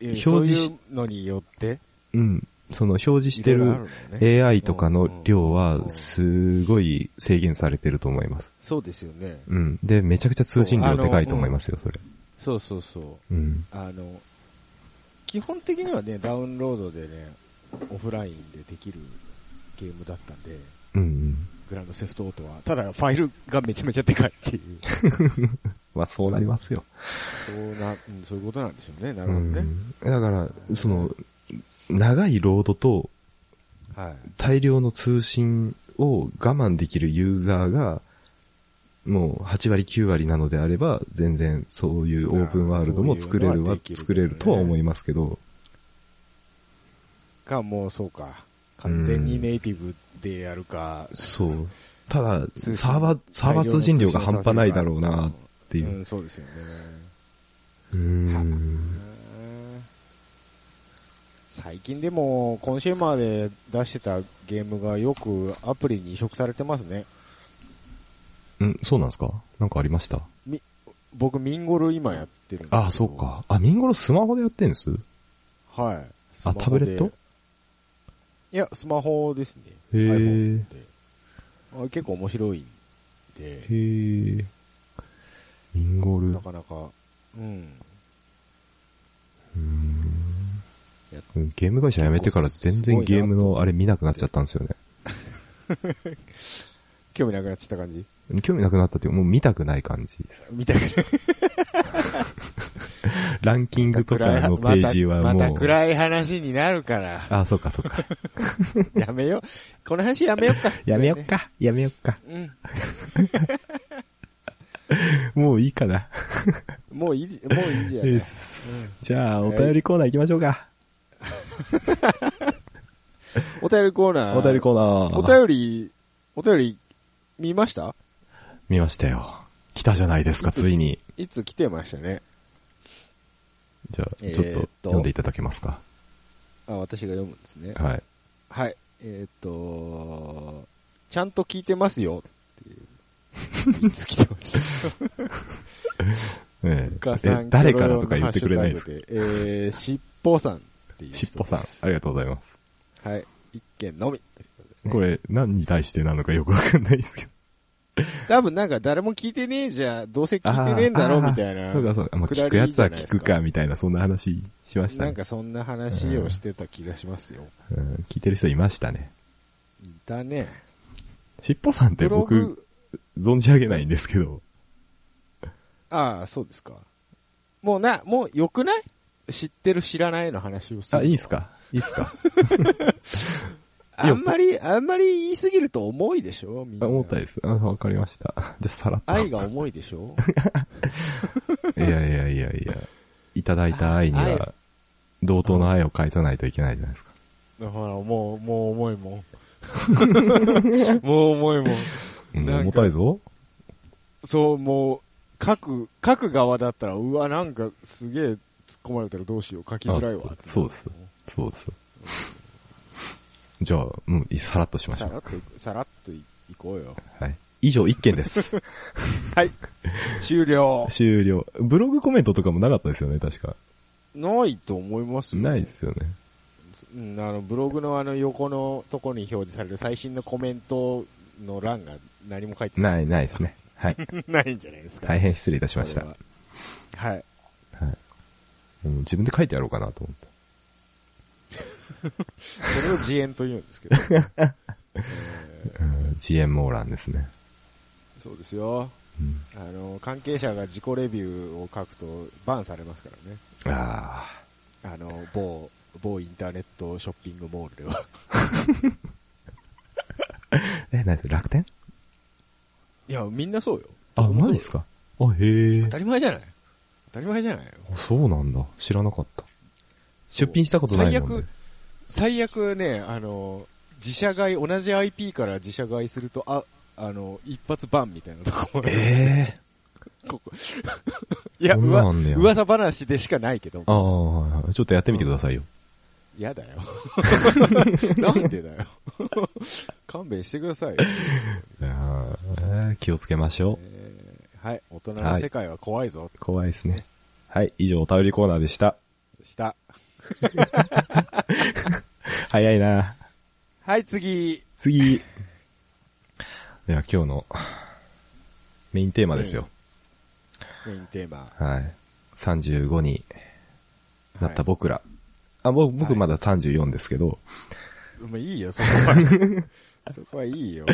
Speaker 1: え
Speaker 2: 表
Speaker 1: ーそう
Speaker 2: 示
Speaker 1: い
Speaker 2: し
Speaker 1: うのによって、
Speaker 2: うん、その表示して
Speaker 1: いろいろあ
Speaker 2: る
Speaker 1: のね
Speaker 2: AI とかの量
Speaker 1: うんうんうん
Speaker 2: はすごい制限されてると思います。
Speaker 1: そうですよね。
Speaker 2: うん。で、めちゃくちゃ通信量でかいと思いますよ、それ。
Speaker 1: そうそうそう。
Speaker 2: うん。
Speaker 1: あの、基本的にはね、ダウンロードでね、オフラインでできるゲームだったんで、
Speaker 2: うんうん。
Speaker 1: グランドセフトオートは。ただ、ファイルがめちゃめちゃでかいっていう。
Speaker 2: まあ、そうなりますよ。
Speaker 1: そうな、うんそういうことなんでしょうね。なる
Speaker 2: う
Speaker 1: ほどね。
Speaker 2: ん。だから、その、長いロードと
Speaker 1: はい。
Speaker 2: 大量の通信を我慢できるユーザーが、もう8割9割なのであれば、全然そういうオープンワールドも作れる
Speaker 1: まあそういうのは
Speaker 2: は
Speaker 1: でき、る
Speaker 2: 作れるとは思いますけど、
Speaker 1: か、もうそうか。完全にネイティブでやるか。
Speaker 2: そう。ただ、
Speaker 1: 通信
Speaker 2: サーバー、サーバー通信量が半端ないだろうな、っていうう。
Speaker 1: ん、そうですよね。
Speaker 2: うーん。
Speaker 1: 最近でも、コンシューマーで出してたゲームがよくアプリに移植されてますね。
Speaker 2: うん、そうなんですかなんかありました
Speaker 1: 僕、ミンゴル今やってるんですけど
Speaker 2: ああ、そう。か。あ、ミンゴロスマホでやってんです
Speaker 1: はい。スマ
Speaker 2: あ、
Speaker 1: ホで
Speaker 2: タブレット
Speaker 1: いや、スマホですね。
Speaker 2: へー
Speaker 1: iPhone であ結構面白いんで。
Speaker 2: へえ。ミンゴル
Speaker 1: な。かなか、うん。
Speaker 2: うんゲーム会社辞めてから全然ゲームのあれ見なくなっちゃったんですよね。
Speaker 1: 興味なくなっちゃった感じ
Speaker 2: 興味なくなったっていうか、もう見たくない感
Speaker 1: <laughs>
Speaker 2: じです。
Speaker 1: みたいな。
Speaker 2: ランキングとかのページはもう。
Speaker 1: またまた暗い話になるから。
Speaker 2: あ、そうかそうか。
Speaker 1: やめよう。この <laughs> 話やめようか。
Speaker 2: <laughs> やめよっ。か。やめよっか。
Speaker 1: うん。
Speaker 2: もういいかな。
Speaker 1: もういい、もういいじゃない
Speaker 2: で。す。じゃあ、お便りコーナー行きましょうか。
Speaker 1: お便りコーナー。
Speaker 2: お便りコーナー。
Speaker 1: お便り、お便り、見ました
Speaker 2: 見ましたよ。来たじゃないで
Speaker 1: <laughs>
Speaker 2: すか、ついに。
Speaker 1: いつ来てましたね。
Speaker 2: じゃあ、
Speaker 1: えーっ
Speaker 2: ち
Speaker 1: と
Speaker 2: ょっと読んでいただけますか。
Speaker 1: あ、私が読むんですね。
Speaker 2: はい。
Speaker 1: はい。えーっと、ちゃんと聞いてますよ。っていういつ来てました
Speaker 2: <laughs> え
Speaker 1: お母
Speaker 2: ー
Speaker 1: さ
Speaker 2: え
Speaker 1: ん
Speaker 2: 誰からとか言ってくれないですか
Speaker 1: かえー、しっぽさんっていう人です。
Speaker 2: しっぽさん、ありがとうございます。
Speaker 1: はい。一件のみ。
Speaker 2: これ、何に対してなのかよくわかんないですけど。
Speaker 1: 多分なんか誰も聞いてねえじゃ、どうせ聞いてねえんだろうみたいな。
Speaker 2: そうかそうか。まあ、
Speaker 1: くだり
Speaker 2: 聞くやつは
Speaker 1: じゃないで
Speaker 2: 聞
Speaker 1: す
Speaker 2: くか、みたいな、そんな話しました
Speaker 1: な
Speaker 2: ね
Speaker 1: ん。かそんな話をしてた気がしますよ。
Speaker 2: うん、聞いてる人いましたね。
Speaker 1: だね。
Speaker 2: しっぽさんって
Speaker 1: ブロ
Speaker 2: 僕、
Speaker 1: グ、
Speaker 2: 存じ上げないんですけど。
Speaker 1: ああ、そうですか。もうな、もう良くない知ってる知らないの話をする。
Speaker 2: あ、いいっすかいいっすか
Speaker 1: あんまり、あんまり言いすぎると重いでしょみんな。
Speaker 2: あ思ったです。あ、わかりました。じゃあ、さらっと。
Speaker 1: 愛が重いでし
Speaker 2: <laughs>
Speaker 1: ょ
Speaker 2: いやいやいやいや。いただいた愛に
Speaker 1: あ
Speaker 2: は、同等の愛を返さないといけないじゃないですか。
Speaker 1: ほら、もう、もう重い
Speaker 2: <laughs>
Speaker 1: もん。もう重いもん。
Speaker 2: うん
Speaker 1: なんか
Speaker 2: 重たいぞ。
Speaker 1: そう、もう、書く、書く側だったら、うわ、なんかすげえ突っ込まれたらどうしよう、書きづらいわ。
Speaker 2: あそうそうです。そうです。じゃあ、もう、さらっとしましょ
Speaker 1: さ
Speaker 2: う。
Speaker 1: らっと、さらっといいこうよ。
Speaker 2: はい。以上、一件 <laughs> です。
Speaker 1: はい。終了。
Speaker 2: 終了。ブログコメントとかもなかったですよね、確か。
Speaker 1: ないと思いますよ
Speaker 2: ないですよね。
Speaker 1: うん、あの、ブログのあの横のとこに表示される最新のコメントの欄が何も書いて
Speaker 2: ない、ないですね。はい。
Speaker 1: <laughs> ない。ないんじゃないですか。
Speaker 2: 大変失礼いたしました。
Speaker 1: こ
Speaker 2: は
Speaker 1: れは。はい。
Speaker 2: い。もう自分で書いてやろうかなと思った。
Speaker 1: それを自演と言うんです
Speaker 2: <laughs>
Speaker 1: けど。
Speaker 2: うん、GM モーランですね。
Speaker 1: そうですよ。
Speaker 2: うん
Speaker 1: あの、関係者が自己レビューを書くとバンされますからね。
Speaker 2: ああ。
Speaker 1: あの、某、某インターネットショッピングモールで
Speaker 2: <laughs>
Speaker 1: は。
Speaker 2: え、何です楽天
Speaker 1: いや、みんなそうよ。
Speaker 2: あ、マジっすかあ、へえ
Speaker 1: 当。たり前じゃない当たり前じゃないよ。
Speaker 2: あそうなんだ。知らなかった。出品したことないもん、ね。
Speaker 1: 最悪、最悪ね、あの、自社買い、同じ IP から自社買いすると、あ、あの、一発バンみたいなところ。
Speaker 2: ええ
Speaker 1: ここいや、
Speaker 2: そん
Speaker 1: う
Speaker 2: な
Speaker 1: わ
Speaker 2: んあんねや
Speaker 1: 噂話でしかないけど。
Speaker 2: ああはいはい、ちょっとやってみてくださいよ。
Speaker 1: 嫌だよ。
Speaker 2: <laughs>
Speaker 1: なんでだよ。勘弁してくださいよ。
Speaker 2: あーえー気をつけましょ
Speaker 1: はい、大人の世界は怖いぞ
Speaker 2: う。。怖いですね。はい、以上、お便りコーナーでした。
Speaker 1: した。
Speaker 2: 早いな
Speaker 1: はい、次。
Speaker 2: 次。では、今日のメインテーマですよ。
Speaker 1: メインテーマ。
Speaker 2: はい。35になった
Speaker 1: はい
Speaker 2: 僕ら。あ、僕、
Speaker 1: は
Speaker 2: 僕
Speaker 1: い
Speaker 2: まだ34ですけど、
Speaker 1: まあいいよ、そこは。
Speaker 2: <laughs>
Speaker 1: そこはいいよ。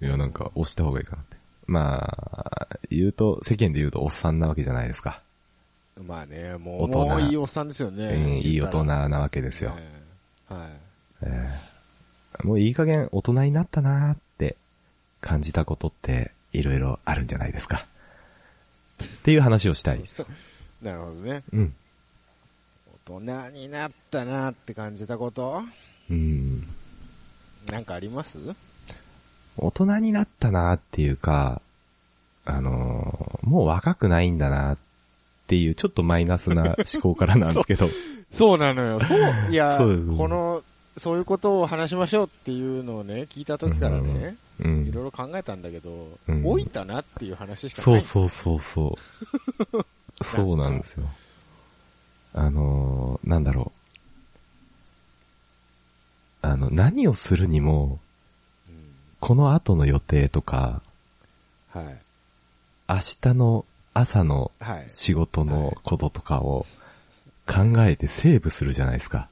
Speaker 2: いや、なんか、押した方がいいかなって。まあ、言うと、世間で言うとおっさんなわけじゃないですか。
Speaker 1: まあね、も
Speaker 2: 大
Speaker 1: う、
Speaker 2: 人
Speaker 1: もういいおっさんですよ
Speaker 2: う
Speaker 1: ね。
Speaker 2: ん、いい大人
Speaker 1: で
Speaker 2: なわけですよ。
Speaker 1: はい。
Speaker 2: えーもういい加減大人になったなーって感じたことって、いろいろあるんじゃないですか。っていう話をしたいです。
Speaker 1: なるほどね。
Speaker 2: うん。
Speaker 1: 大人になったなって感じたこと
Speaker 2: うん。
Speaker 1: なんかあります
Speaker 2: 大人になったなーっていうか、あのーもう若くないんだなーっていう、ちょっとマイナスな思考からなんですけど。
Speaker 1: そうなのよ。 <laughs> そう。いや、
Speaker 2: そうです
Speaker 1: この、そういうことを話しましょうっていうのをね、聞いた時からね、
Speaker 2: う
Speaker 1: いろ
Speaker 2: ん。
Speaker 1: いろ考えたんだけど、
Speaker 2: うん
Speaker 1: 老いたなっていう話しか
Speaker 2: そ
Speaker 1: な
Speaker 2: う
Speaker 1: い。
Speaker 2: そうそうそう。そうなんですよ。あのー、なんだろう。あの、何をするにも、
Speaker 1: うん
Speaker 2: この後の予定とか、
Speaker 1: はい。
Speaker 2: 明日の朝の
Speaker 1: はい。
Speaker 2: 仕事のこととかを考えてセーブするじゃないですか。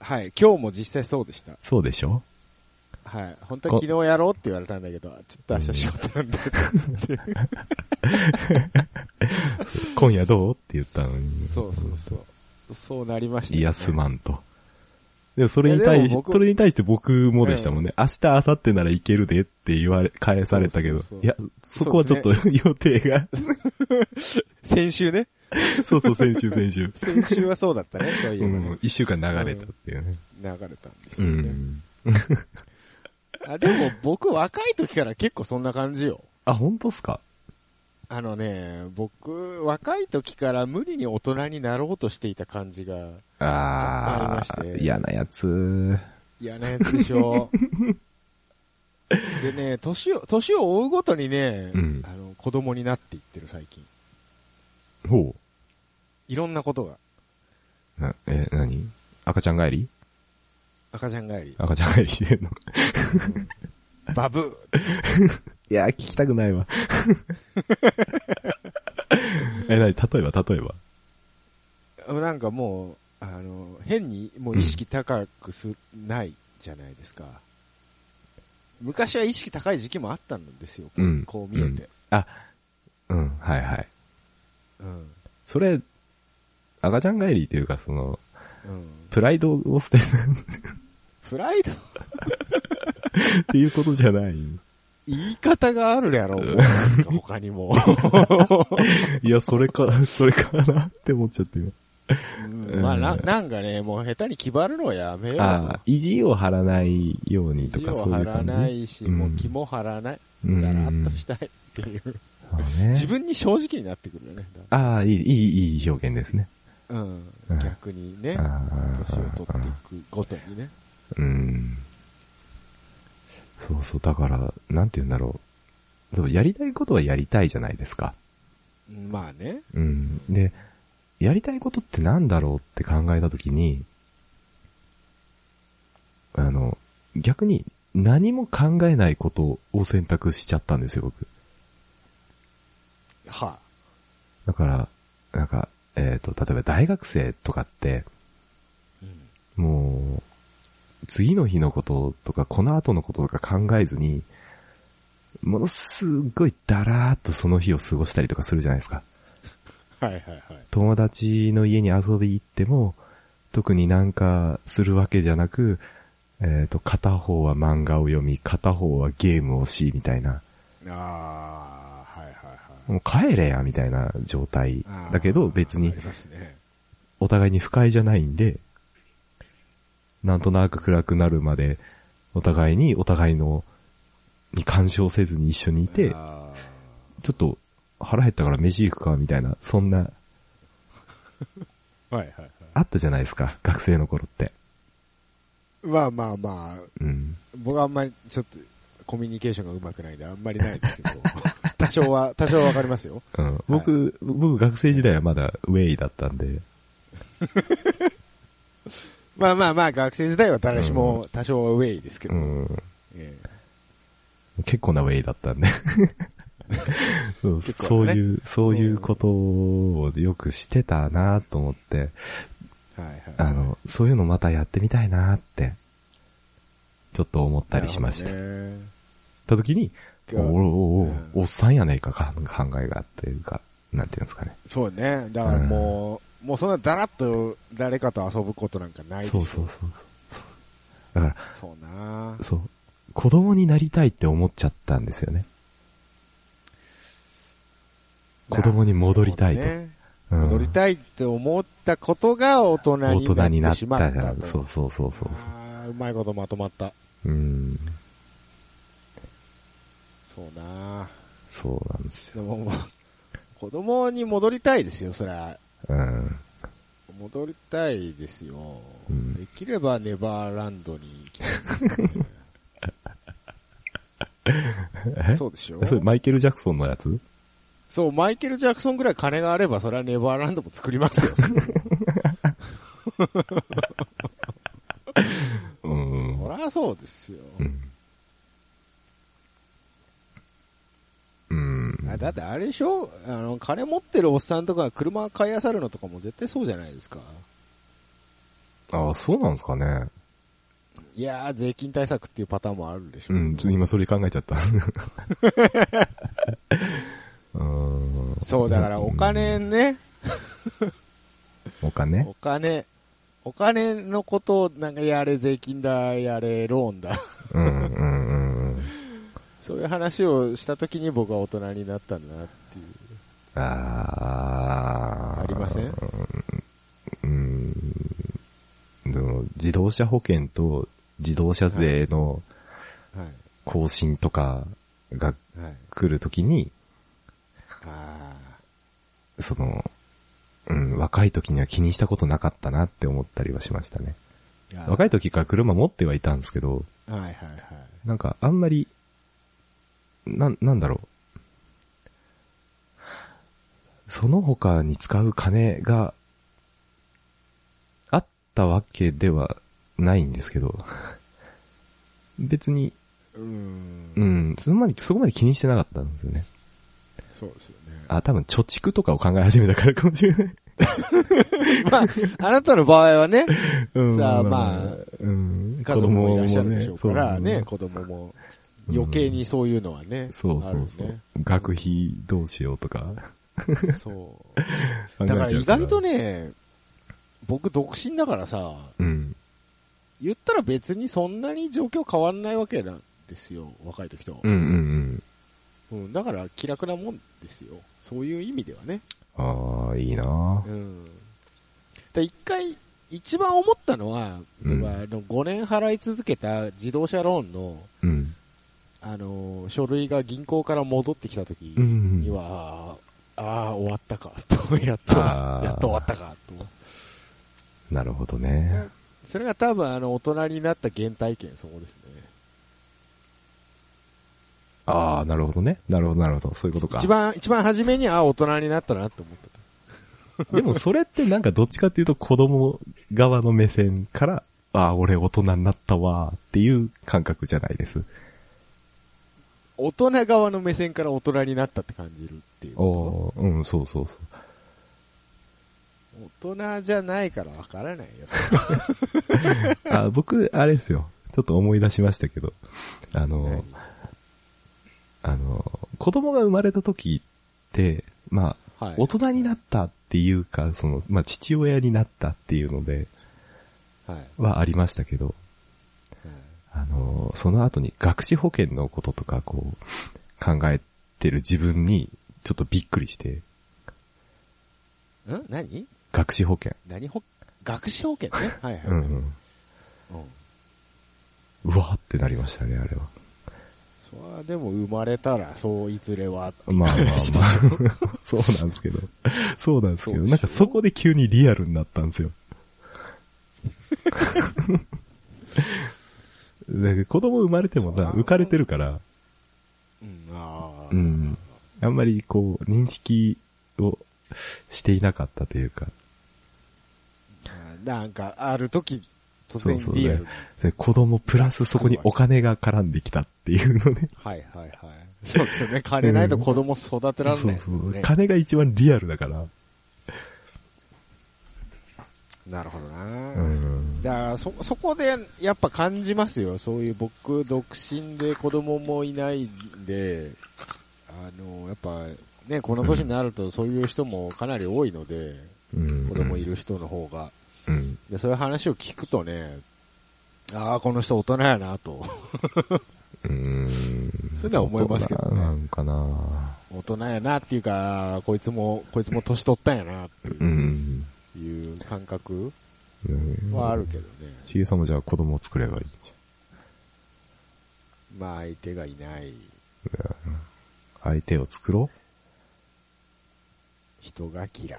Speaker 1: はい。今日も実際そうでした。
Speaker 2: そうでしょ
Speaker 1: はい。本当は昨日やろうって言われたんだけど、ちょっと明日仕事なんだけど
Speaker 2: 今夜どうって言ったの
Speaker 1: <laughs>
Speaker 2: に。
Speaker 1: そうそうそう。そうなりました、
Speaker 2: いや、すまんと。でもそれに
Speaker 1: いや
Speaker 2: 対
Speaker 1: で
Speaker 2: し
Speaker 1: も
Speaker 2: て、
Speaker 1: 僕
Speaker 2: それに対して僕もでしたもんね。明日、明後日ならいけるでって言われ、返されたけど
Speaker 1: そうそう。そう
Speaker 2: いや、そこはちょっと予定が。
Speaker 1: <laughs> 先週ね。
Speaker 2: そうそう、先週、先週。
Speaker 1: 先週はそうだったね。そういううの
Speaker 2: ん、一週間流れたっていうね。
Speaker 1: 流れたんです
Speaker 2: う
Speaker 1: よね。
Speaker 2: ん。
Speaker 1: あでも僕若い時から結構そんな感じよ。
Speaker 2: あ、本当っすか
Speaker 1: あのね、僕、若い時から無理に大人になろうとしていた感じが
Speaker 2: あ
Speaker 1: ちょっとありま
Speaker 2: ー、
Speaker 1: して
Speaker 2: 嫌なやつ。
Speaker 1: 嫌なやつでし
Speaker 2: <laughs>
Speaker 1: ょ。でね、年を、年を追うごとにね、
Speaker 2: うん
Speaker 1: あの、子供になっていってる最近。
Speaker 2: ほ
Speaker 1: いろんなことが。
Speaker 2: う。な、え、何赤ちゃん帰り
Speaker 1: 赤ちゃん帰り。
Speaker 2: 赤ちゃん帰りしてんの
Speaker 1: バブ
Speaker 2: いやー、聞きたくないわ。 <laughs> え、なに例えば、例えば。
Speaker 1: なんかもう、あの、変にもう意識高くす、ないじゃないですか。昔は意識高い時期もあったんですよ。
Speaker 2: うん
Speaker 1: こう見えて。
Speaker 2: あ、うん、はいはい。
Speaker 1: うん。
Speaker 2: それ、赤ちゃん帰りっていうか、その、
Speaker 1: うん。
Speaker 2: プライドを捨てる
Speaker 1: プライド、
Speaker 2: っていうことじゃない。
Speaker 1: <laughs> 言い方があるやろ、もうなんか他にも。
Speaker 2: いや、それか、 <laughs> それかなって思っちゃって今。
Speaker 1: うんまあな、なんかね、もう下手に気張るのはやめようと。
Speaker 2: ああ、意地を張らないようにと
Speaker 1: 意地
Speaker 2: か
Speaker 1: を
Speaker 2: そうい
Speaker 1: 張
Speaker 2: う感じ。
Speaker 1: らないし、
Speaker 2: うん
Speaker 1: もう気も張らない。
Speaker 2: うん
Speaker 1: だらっとしたいっていう。
Speaker 2: あね。
Speaker 1: 自分に正直になってくるよね。
Speaker 2: ああ、いい、いい、いい表現ですね。
Speaker 1: うん
Speaker 2: うん。
Speaker 1: 逆にね、
Speaker 2: あ
Speaker 1: 年を取っていくごとにね。
Speaker 2: ーうん。そうそう、だから、なんて言うんだろう。そう、やりたいことはやりたいじゃないですか。
Speaker 1: まあね。
Speaker 2: うん。で、やりたいことってなんだろうって考えたときに、あの、逆に何も考えないことを選択しちゃったんですよ、僕。
Speaker 1: は
Speaker 2: だから、なんか、えっ、と、例えば大学生とかって、
Speaker 1: あ。
Speaker 2: もう、次の日のこととか、この後のこととか考えずに、ものすごいだらーっとその日を過ごしたりとかするじゃないですか。
Speaker 1: はいはいはい。
Speaker 2: 友達の家に遊び行っても、特になんかするわけじゃなく、えっ、と、片方は漫画を読み、片方はゲームをし、みたいな。
Speaker 1: ああ、はいはいはい。
Speaker 2: もう帰れや、みたいな状態
Speaker 1: あ。ー
Speaker 2: だけど、別に
Speaker 1: ありますね。
Speaker 2: お互いに不快じゃないんで、なんとなく暗くなるまで、お互いに、お互いの、に干渉せずに一緒にいて、ちょ
Speaker 1: あ
Speaker 2: っと腹減ったから飯行くか、みたいな、そんな、
Speaker 1: ーはいはいはい。
Speaker 2: あったじゃないですか、学生の頃って。
Speaker 1: まあまあまあ、
Speaker 2: うん。
Speaker 1: 僕はあんまりちょっとコミュニケーションが上手くないんで、あんまりないですけど、 <laughs> 多少は、多少はわかりますよ。
Speaker 2: うん、僕、僕学生時代はまだウェイだったんで、
Speaker 1: まあまあまあ、学生時代は誰しも多少はウェイですけど、
Speaker 2: うん、
Speaker 1: ええ
Speaker 2: 結構なウェイだったん
Speaker 1: <laughs>
Speaker 2: で。そう
Speaker 1: 結
Speaker 2: そ
Speaker 1: 構
Speaker 2: う
Speaker 1: だね
Speaker 2: いう、そういうことをよくしてたなと思って、
Speaker 1: はいはい。
Speaker 2: あの、そういうのまたやってみたいなって、ちょっと思ったりしました。
Speaker 1: なるほどね
Speaker 2: た時に、お
Speaker 1: 今
Speaker 2: お
Speaker 1: 日は
Speaker 2: お
Speaker 1: う
Speaker 2: お
Speaker 1: ん
Speaker 2: おっさんやねえかか考えがというか、なんていうんですかね。
Speaker 1: そうね。だからもう、もうそんなだらっと誰かと遊ぶことなんかないでし
Speaker 2: そ
Speaker 1: ょ
Speaker 2: うそうそうそう。だから、
Speaker 1: そうな
Speaker 2: そう、子供になりたいって思っちゃったんですよね。子供に戻りたいと
Speaker 1: なるほどね
Speaker 2: うん
Speaker 1: 戻りたいって思ったことが大人
Speaker 2: 大人に
Speaker 1: に
Speaker 2: な
Speaker 1: なっ
Speaker 2: っ
Speaker 1: し
Speaker 2: てたか
Speaker 1: まったと。
Speaker 2: ら、そうそうそうそう。
Speaker 1: あーうまいことまとまった。
Speaker 2: うん。
Speaker 1: そうな
Speaker 2: そうなんですよ。
Speaker 1: でももう、子供に戻りたいですよ、そりゃ。
Speaker 2: うん。
Speaker 1: 戻りたいですよ。
Speaker 2: うん
Speaker 1: できればネバーランドに行きたい
Speaker 2: <laughs> え
Speaker 1: そうでしょ
Speaker 2: それマイケル・ジャクソンのやつ
Speaker 1: そう、マイケル・ジャクソンぐらい金があれば、それはネバーランドも作りますよ。
Speaker 2: <laughs> うん。
Speaker 1: そりゃそうですよ。
Speaker 2: うん。うん。
Speaker 1: あだってあれでしょあの、金持ってるおっさんとか車買い漁るのとかも絶対そうじゃないですか。
Speaker 2: ああ、そうなんですかね。
Speaker 1: いやー、税金対策っていうパターンもあるでしょ。
Speaker 2: うん、ちょ今それ考えちゃった。 <laughs> うん
Speaker 1: そう、だからお金ね、
Speaker 2: お金
Speaker 1: お金、お金のことをなんかやれ税金だ、やれローンだ、 <laughs>
Speaker 2: うんうんうんうん。
Speaker 1: そういう話をした時に僕は大人になったんだなっていう。
Speaker 2: ああ。
Speaker 1: ありません
Speaker 2: うん。でも、自動車保険と自動車税の
Speaker 1: はい。
Speaker 2: 更新とか
Speaker 1: は
Speaker 2: が
Speaker 1: い。
Speaker 2: 来るときに、
Speaker 1: あ
Speaker 2: その、うん、若い時には気にしたことなかったなって思ったりはしましたね。
Speaker 1: ー
Speaker 2: 若い時から車持ってはいたんですけど、
Speaker 1: はいはいはい。
Speaker 2: なんかあんまり、なん、なんだろう。その他に使う金があったわけではないんですけど、別に、
Speaker 1: うーん。
Speaker 2: うん、そこまで、そこまで気にしてなかったんですよね。
Speaker 1: そうですよね。 <laughs>
Speaker 2: あ、多分貯蓄とかを考え始めたからかもしれない。
Speaker 1: まあ、あなたの場合はね、
Speaker 2: うん
Speaker 1: さあまあ、
Speaker 2: うん、
Speaker 1: 家族もいらっしゃる
Speaker 2: ね
Speaker 1: でしょうからね、
Speaker 2: そう
Speaker 1: 子供も。余計にそういうのはね。
Speaker 2: そうそうそう、
Speaker 1: あるね
Speaker 2: 学費どうしようとか。
Speaker 1: そう。
Speaker 2: 考えちゃ
Speaker 1: だ
Speaker 2: う
Speaker 1: から意外と、ね、僕独身だからさ、
Speaker 2: うん。
Speaker 1: 言ったら別にそんなに状況変わんないわけなんですよ、若い時と
Speaker 2: う。んうんうん。
Speaker 1: うん、だから気楽なもんですよ。そういう意味ではね。
Speaker 2: ああ、いいな
Speaker 1: うん。で一回、一番思ったのは、
Speaker 2: うん
Speaker 1: 僕はあの5年払い続けた自動車ローンの、
Speaker 2: うん。
Speaker 1: ああのー書類が銀行から戻ってきた時
Speaker 2: うん
Speaker 1: に。は、ああ、終わったか、と、やっと、
Speaker 2: あー
Speaker 1: やっと終わったか、と。
Speaker 2: なるほどね。
Speaker 1: それが多分、あの、大人になった原体験、そこですね。
Speaker 2: ああ、なるほどね。なるほど、なるほど。そういうことか。
Speaker 1: 一番、一番初めに、ああ、大人になったなって思った。
Speaker 2: でもそれってなんかどっちかっていうと子供側の目線から、ああ、俺大人になったわーっていう感覚じゃないです。
Speaker 1: 大人側の目線から大人になったって感じるっていうこ
Speaker 2: おーうん、そうそうそう。
Speaker 1: と。大人じゃないからわからないよ、それ
Speaker 2: あ僕、あれですよ。ちょっと思い出しましたけど。あの、あの、子供が生まれた時って、まあ、
Speaker 1: はい
Speaker 2: 大人になったっていうか、その、まあ、父親になったっていうので、
Speaker 1: はい。はい
Speaker 2: はありましたけど、あの、その後に学資保険のこととか、こう、考えてる自分に、ちょっとびっくりして、
Speaker 1: ん何
Speaker 2: 学資保険。
Speaker 1: 何ほ、学士保険ね。はいはい。
Speaker 2: うん、うん。
Speaker 1: うん
Speaker 2: うわーってなりましたね、あれは。
Speaker 1: それはでも生まれたら、そういずれは。
Speaker 2: まあまあまあ。 <laughs> そうなんですけど。そうなんですけど。なんかそこで急にリアルになったんです <laughs> よ。だから子供生まれてもさ、浮かれてるから、
Speaker 1: うん、ああ。
Speaker 2: うん。あんまりこう、認識をしていなかったというか、
Speaker 1: なんか、ある時、突
Speaker 2: そうそ
Speaker 1: 然
Speaker 2: う
Speaker 1: リアル
Speaker 2: ね
Speaker 1: に。。
Speaker 2: で子供プラスそこにお金が絡んできたっていうのね。
Speaker 1: はいはいはい。そうですよね。金ないと子供育てられないです
Speaker 2: そ
Speaker 1: もん
Speaker 2: うそ
Speaker 1: ね
Speaker 2: う。。金が一番リアルだから。
Speaker 1: なるほどな。
Speaker 2: うん。
Speaker 1: だから、そ、そこで、やっぱ感じますよ。そういう、僕、独身で子供もいないんで、あの、やっぱ、ね、この年になるとそういう人もかなり多いので、
Speaker 2: うん
Speaker 1: 子供い。る人の方が。
Speaker 2: うん。
Speaker 1: で、そういう話を聞くとね、ああ、この人大人やなと。
Speaker 2: うーん。
Speaker 1: そういうのは思いますけどね
Speaker 2: 大人なんかな
Speaker 1: 大人やなっていうか、こいつも、こいつも年取ったんやなって
Speaker 2: う。
Speaker 1: いうんいう感覚
Speaker 2: うん
Speaker 1: はあるけどね。
Speaker 2: しげさんもじゃあ子供を作ればいいじ
Speaker 1: まあ相手がいない
Speaker 2: ゃん。相手を作ろ
Speaker 1: 人が嫌い。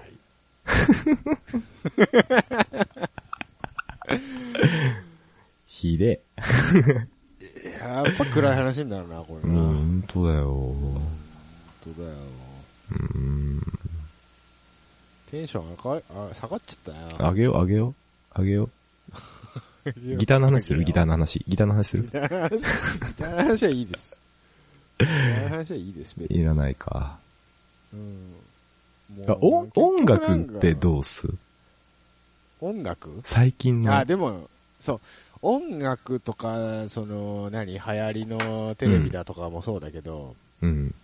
Speaker 2: うひで。
Speaker 1: やっぱ暗い話になるな、これ
Speaker 2: うん、
Speaker 1: な。
Speaker 2: 本当だよ。
Speaker 1: 本当だよ。
Speaker 2: うん。
Speaker 1: テンション上があ下がっちゃった
Speaker 2: あ
Speaker 1: な。
Speaker 2: げよう、あげよう、あげよう。ギターの話するギター
Speaker 1: の。
Speaker 2: の話。ギターの話す
Speaker 1: ギ
Speaker 2: る
Speaker 1: ターの話、ギターの話はいいです。ギターの話はいいです、別に。
Speaker 2: いらないか。
Speaker 1: うん。
Speaker 2: あ
Speaker 1: もう
Speaker 2: 音音楽
Speaker 1: 結局な
Speaker 2: っ
Speaker 1: んか
Speaker 2: てどうっす
Speaker 1: 音楽
Speaker 2: 最近の。
Speaker 1: あ、でも、そう。音楽とか、その、何、流行りのテレビだとかもそうだけど、
Speaker 2: うん。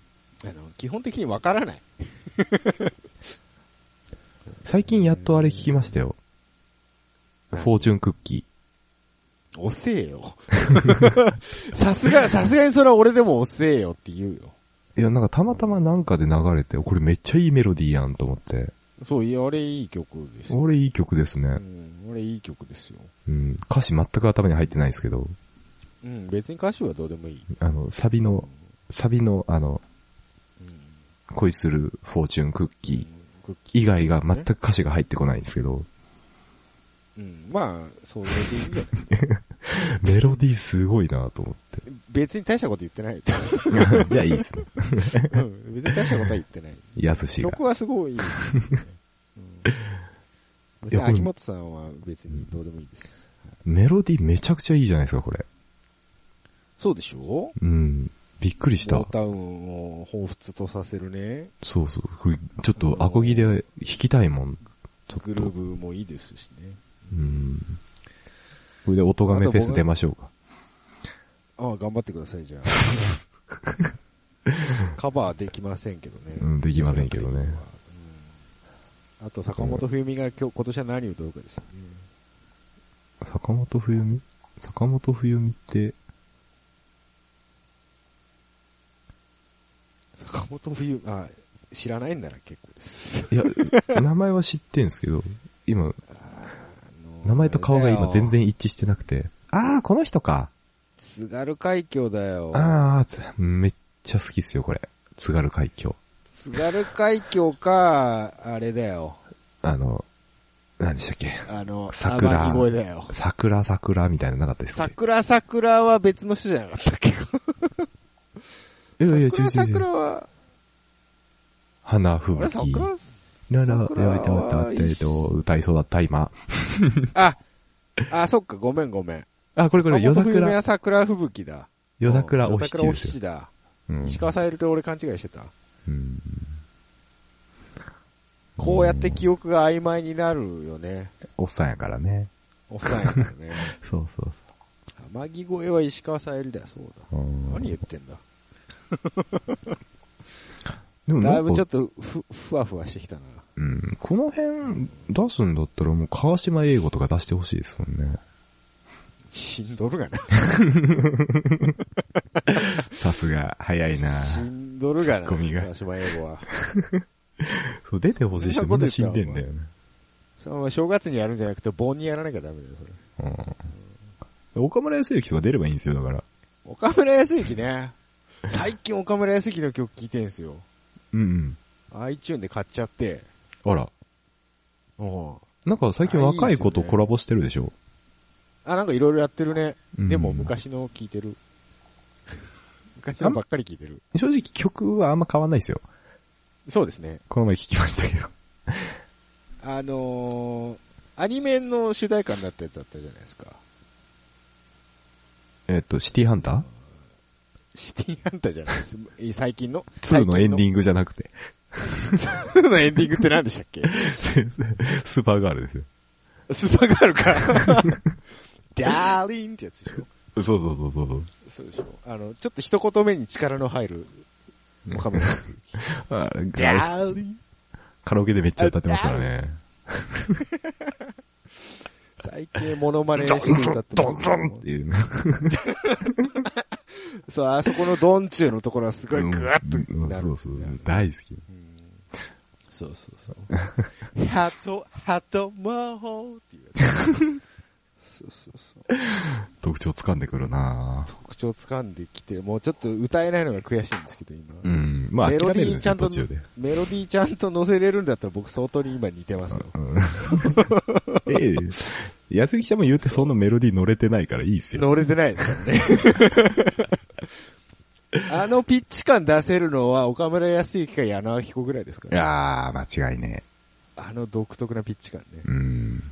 Speaker 1: あの、基本的にわからない。
Speaker 2: 最近やっとあれ聞きましたよ。
Speaker 1: うん
Speaker 2: フォーチュンクッキ
Speaker 1: 遅えよ。 <laughs> さすが、さすがにそれは俺でも遅えよって言うよ。
Speaker 2: ー。いや、なんかたまたまなんかで流れて、これめっちゃいいメロディーやんと思って。
Speaker 1: そう、いや、俺いい曲ですよ。
Speaker 2: 俺いい曲です
Speaker 1: う
Speaker 2: ね。
Speaker 1: ん、俺いい曲ですよ。
Speaker 2: うん。歌詞全く頭に入ってないですけど、
Speaker 1: うん、別に歌詞はどうでもいい。
Speaker 2: あの、サビの、サビの、あの、
Speaker 1: うん
Speaker 2: 恋するフォーチュンクッキー
Speaker 1: クッキー
Speaker 2: 以外が全く歌詞が入ってこないんですけど、
Speaker 1: うん、まあ、それでいいんじゃない
Speaker 2: メロディーすごいなと思って。
Speaker 1: 別に大したこと言ってない。
Speaker 2: <laughs> じゃあいいですね。
Speaker 1: うん、別に大したことは言っ
Speaker 2: <laughs>
Speaker 1: てない。
Speaker 2: やすしが。
Speaker 1: 曲はすごいいいですよね。うん、別に
Speaker 2: <laughs> いやこれ
Speaker 1: 秋元さんは別にどうでもいいです。
Speaker 2: メロディーめちゃくちゃいいじゃないですか、これ。
Speaker 1: そうでしょ
Speaker 2: うん。びっくり
Speaker 1: ウ
Speaker 2: した
Speaker 1: ォー。タウンを彷彿とさせるね。
Speaker 2: そうそう。これ、ちょっとアコギで弾きたいもん。ちょ
Speaker 1: グ
Speaker 2: っ
Speaker 1: ルー
Speaker 2: と。
Speaker 1: ブもいいですしね。
Speaker 2: うん。これで音がめフェス出ましょうか。
Speaker 1: ああ、頑張ってください、じ
Speaker 2: <laughs>
Speaker 1: ゃあ。カバーできませんけどね。
Speaker 2: うんできませんけどね
Speaker 1: うん。あと、坂本冬美が今日、今年は何を歌うかですよね。
Speaker 2: 坂本冬美坂本冬美って、
Speaker 1: 坂本冬、あ、知らないんなら結構です。
Speaker 2: いや、名前は知ってんすけど、今、
Speaker 1: あの
Speaker 2: 名前と顔が今全
Speaker 1: あれだよ
Speaker 2: 然一致してなくて、あー、この人か。
Speaker 1: 津軽海峡だよ。
Speaker 2: ああ、つめっちゃ好きっすよ、これ。津軽海峡。
Speaker 1: 津軽海峡か、あれだよ。
Speaker 2: あの、何でしたっけ。
Speaker 1: あの、
Speaker 2: 桜
Speaker 1: 天城越えだよ。
Speaker 2: 桜桜みたいなのなかったですっけ
Speaker 1: 桜桜は別の人じゃなかったっけ
Speaker 2: いやいや、違う違
Speaker 1: 桜
Speaker 2: う違う。
Speaker 1: 桜は、
Speaker 2: 花吹
Speaker 1: あれ
Speaker 2: 雪。
Speaker 1: 桜
Speaker 2: なら、
Speaker 1: 桜
Speaker 2: やめて待って待って、えっと、歌いそうだった、今。
Speaker 1: あ、あ、そっか、ごめんごめん。
Speaker 2: あ、これこれ、夜
Speaker 1: 山本冬美
Speaker 2: 桜
Speaker 1: は、桜吹雪だ。
Speaker 2: 夜桜お
Speaker 1: 夜
Speaker 2: ひち
Speaker 1: 桜お
Speaker 2: で
Speaker 1: ひ
Speaker 2: す
Speaker 1: ち
Speaker 2: よ。
Speaker 1: だ。
Speaker 2: うん
Speaker 1: 石川さゆりと俺勘違いしてた。
Speaker 2: うん
Speaker 1: こうやって記憶が曖昧になるよね。
Speaker 2: おっさんやからね。
Speaker 1: おっさんやから
Speaker 2: <laughs>
Speaker 1: ね。
Speaker 2: そうそう
Speaker 1: 天城越えは石川さゆりだよ、そうだ。
Speaker 2: そう。うん
Speaker 1: 何言ってんだ。
Speaker 2: でも
Speaker 1: だ
Speaker 2: ないん
Speaker 1: ぶちょ
Speaker 2: か
Speaker 1: っ、とふ、ふわふわしてきたな。
Speaker 2: うん、この辺出すんだったらもう川島英語とか出してほしいですもんね。
Speaker 1: 死んどるがな。
Speaker 2: さすが、早いな
Speaker 1: 死んどるがな。
Speaker 2: ツッコミが
Speaker 1: 川島英語は。
Speaker 2: そう、出てほしい人みんな死んでんだよね。
Speaker 1: その正月にやるんじゃなくて、盆にやらなきゃダメだよ、それ。
Speaker 2: うん。岡村康之とか出ればいいんですよ、だから。
Speaker 1: 岡村康之ね。最近岡村康之の曲聴いてんすよ。
Speaker 2: うんうん。
Speaker 1: iTune で買っちゃって。
Speaker 2: あら。
Speaker 1: うん。
Speaker 2: なんか最近若い子と
Speaker 1: あいいですね
Speaker 2: コラボしてるでしょ。
Speaker 1: あ、なんかいろいろやってるね。
Speaker 2: うん
Speaker 1: でも昔の聞いて
Speaker 2: <laughs>
Speaker 1: る。昔のばっかり聞いてる。
Speaker 2: 正直曲はあんま変わんないですよ。
Speaker 1: そうですね。
Speaker 2: この前聞きましたけど。
Speaker 1: あのー、アニメの主題歌になったやつだったじゃないですか。
Speaker 2: えっと、シティハンター
Speaker 1: シティハンターじゃないです。 <laughs> 最近の
Speaker 2: ?2 のエンデ
Speaker 1: ン
Speaker 2: ィングじゃなくて。
Speaker 1: グ。2のエンディングって何でした
Speaker 2: <laughs>
Speaker 1: っけ
Speaker 2: スーパーガールですよ。
Speaker 1: スーパーガールか。ダーリンってやつでしょ
Speaker 2: そうそうそうそうそう。
Speaker 1: そうでしょあの、ちょっと一言目に力の入る、岡村です。ダ
Speaker 2: あガール
Speaker 1: ーリン。
Speaker 2: カラオケでめっちゃ歌ってますからね。
Speaker 1: 最近モノマネし
Speaker 2: ドン
Speaker 1: て歌ってま
Speaker 2: ドン
Speaker 1: す
Speaker 2: ドンっていうね。
Speaker 1: そう、あそこのドンチューのところはすごいグワッと
Speaker 2: うん
Speaker 1: なる。
Speaker 2: そうそう。大好き。
Speaker 1: そうそうそう。ハト、ハト、魔法っていうやつ。そうそうそう。
Speaker 2: 特徴掴んでくるなぁ
Speaker 1: 口調掴んできて、もうちょっと歌えないのが悔しいんですけど、今。
Speaker 2: うん。まあ
Speaker 1: メ
Speaker 2: 諦
Speaker 1: ロ
Speaker 2: め
Speaker 1: デ
Speaker 2: る
Speaker 1: ィ
Speaker 2: ん
Speaker 1: ー
Speaker 2: です
Speaker 1: ちゃ
Speaker 2: よ、
Speaker 1: んと
Speaker 2: 途中で。、
Speaker 1: メロディーちゃんと乗せれるんだったら僕相当に今似てますよ。
Speaker 2: うん <laughs> ええ、安木ちゃんも言うてそんなメロディー乗れてないからいいっす <laughs> よ。
Speaker 1: 乗れてないですからね。
Speaker 2: <laughs>
Speaker 1: あのピッチ感出せるのは岡村康之か矢野明子ぐらいですか
Speaker 2: い
Speaker 1: ら、ね。
Speaker 2: やー、間違いね
Speaker 1: あの独特なピッチ感ね
Speaker 2: え。。うん。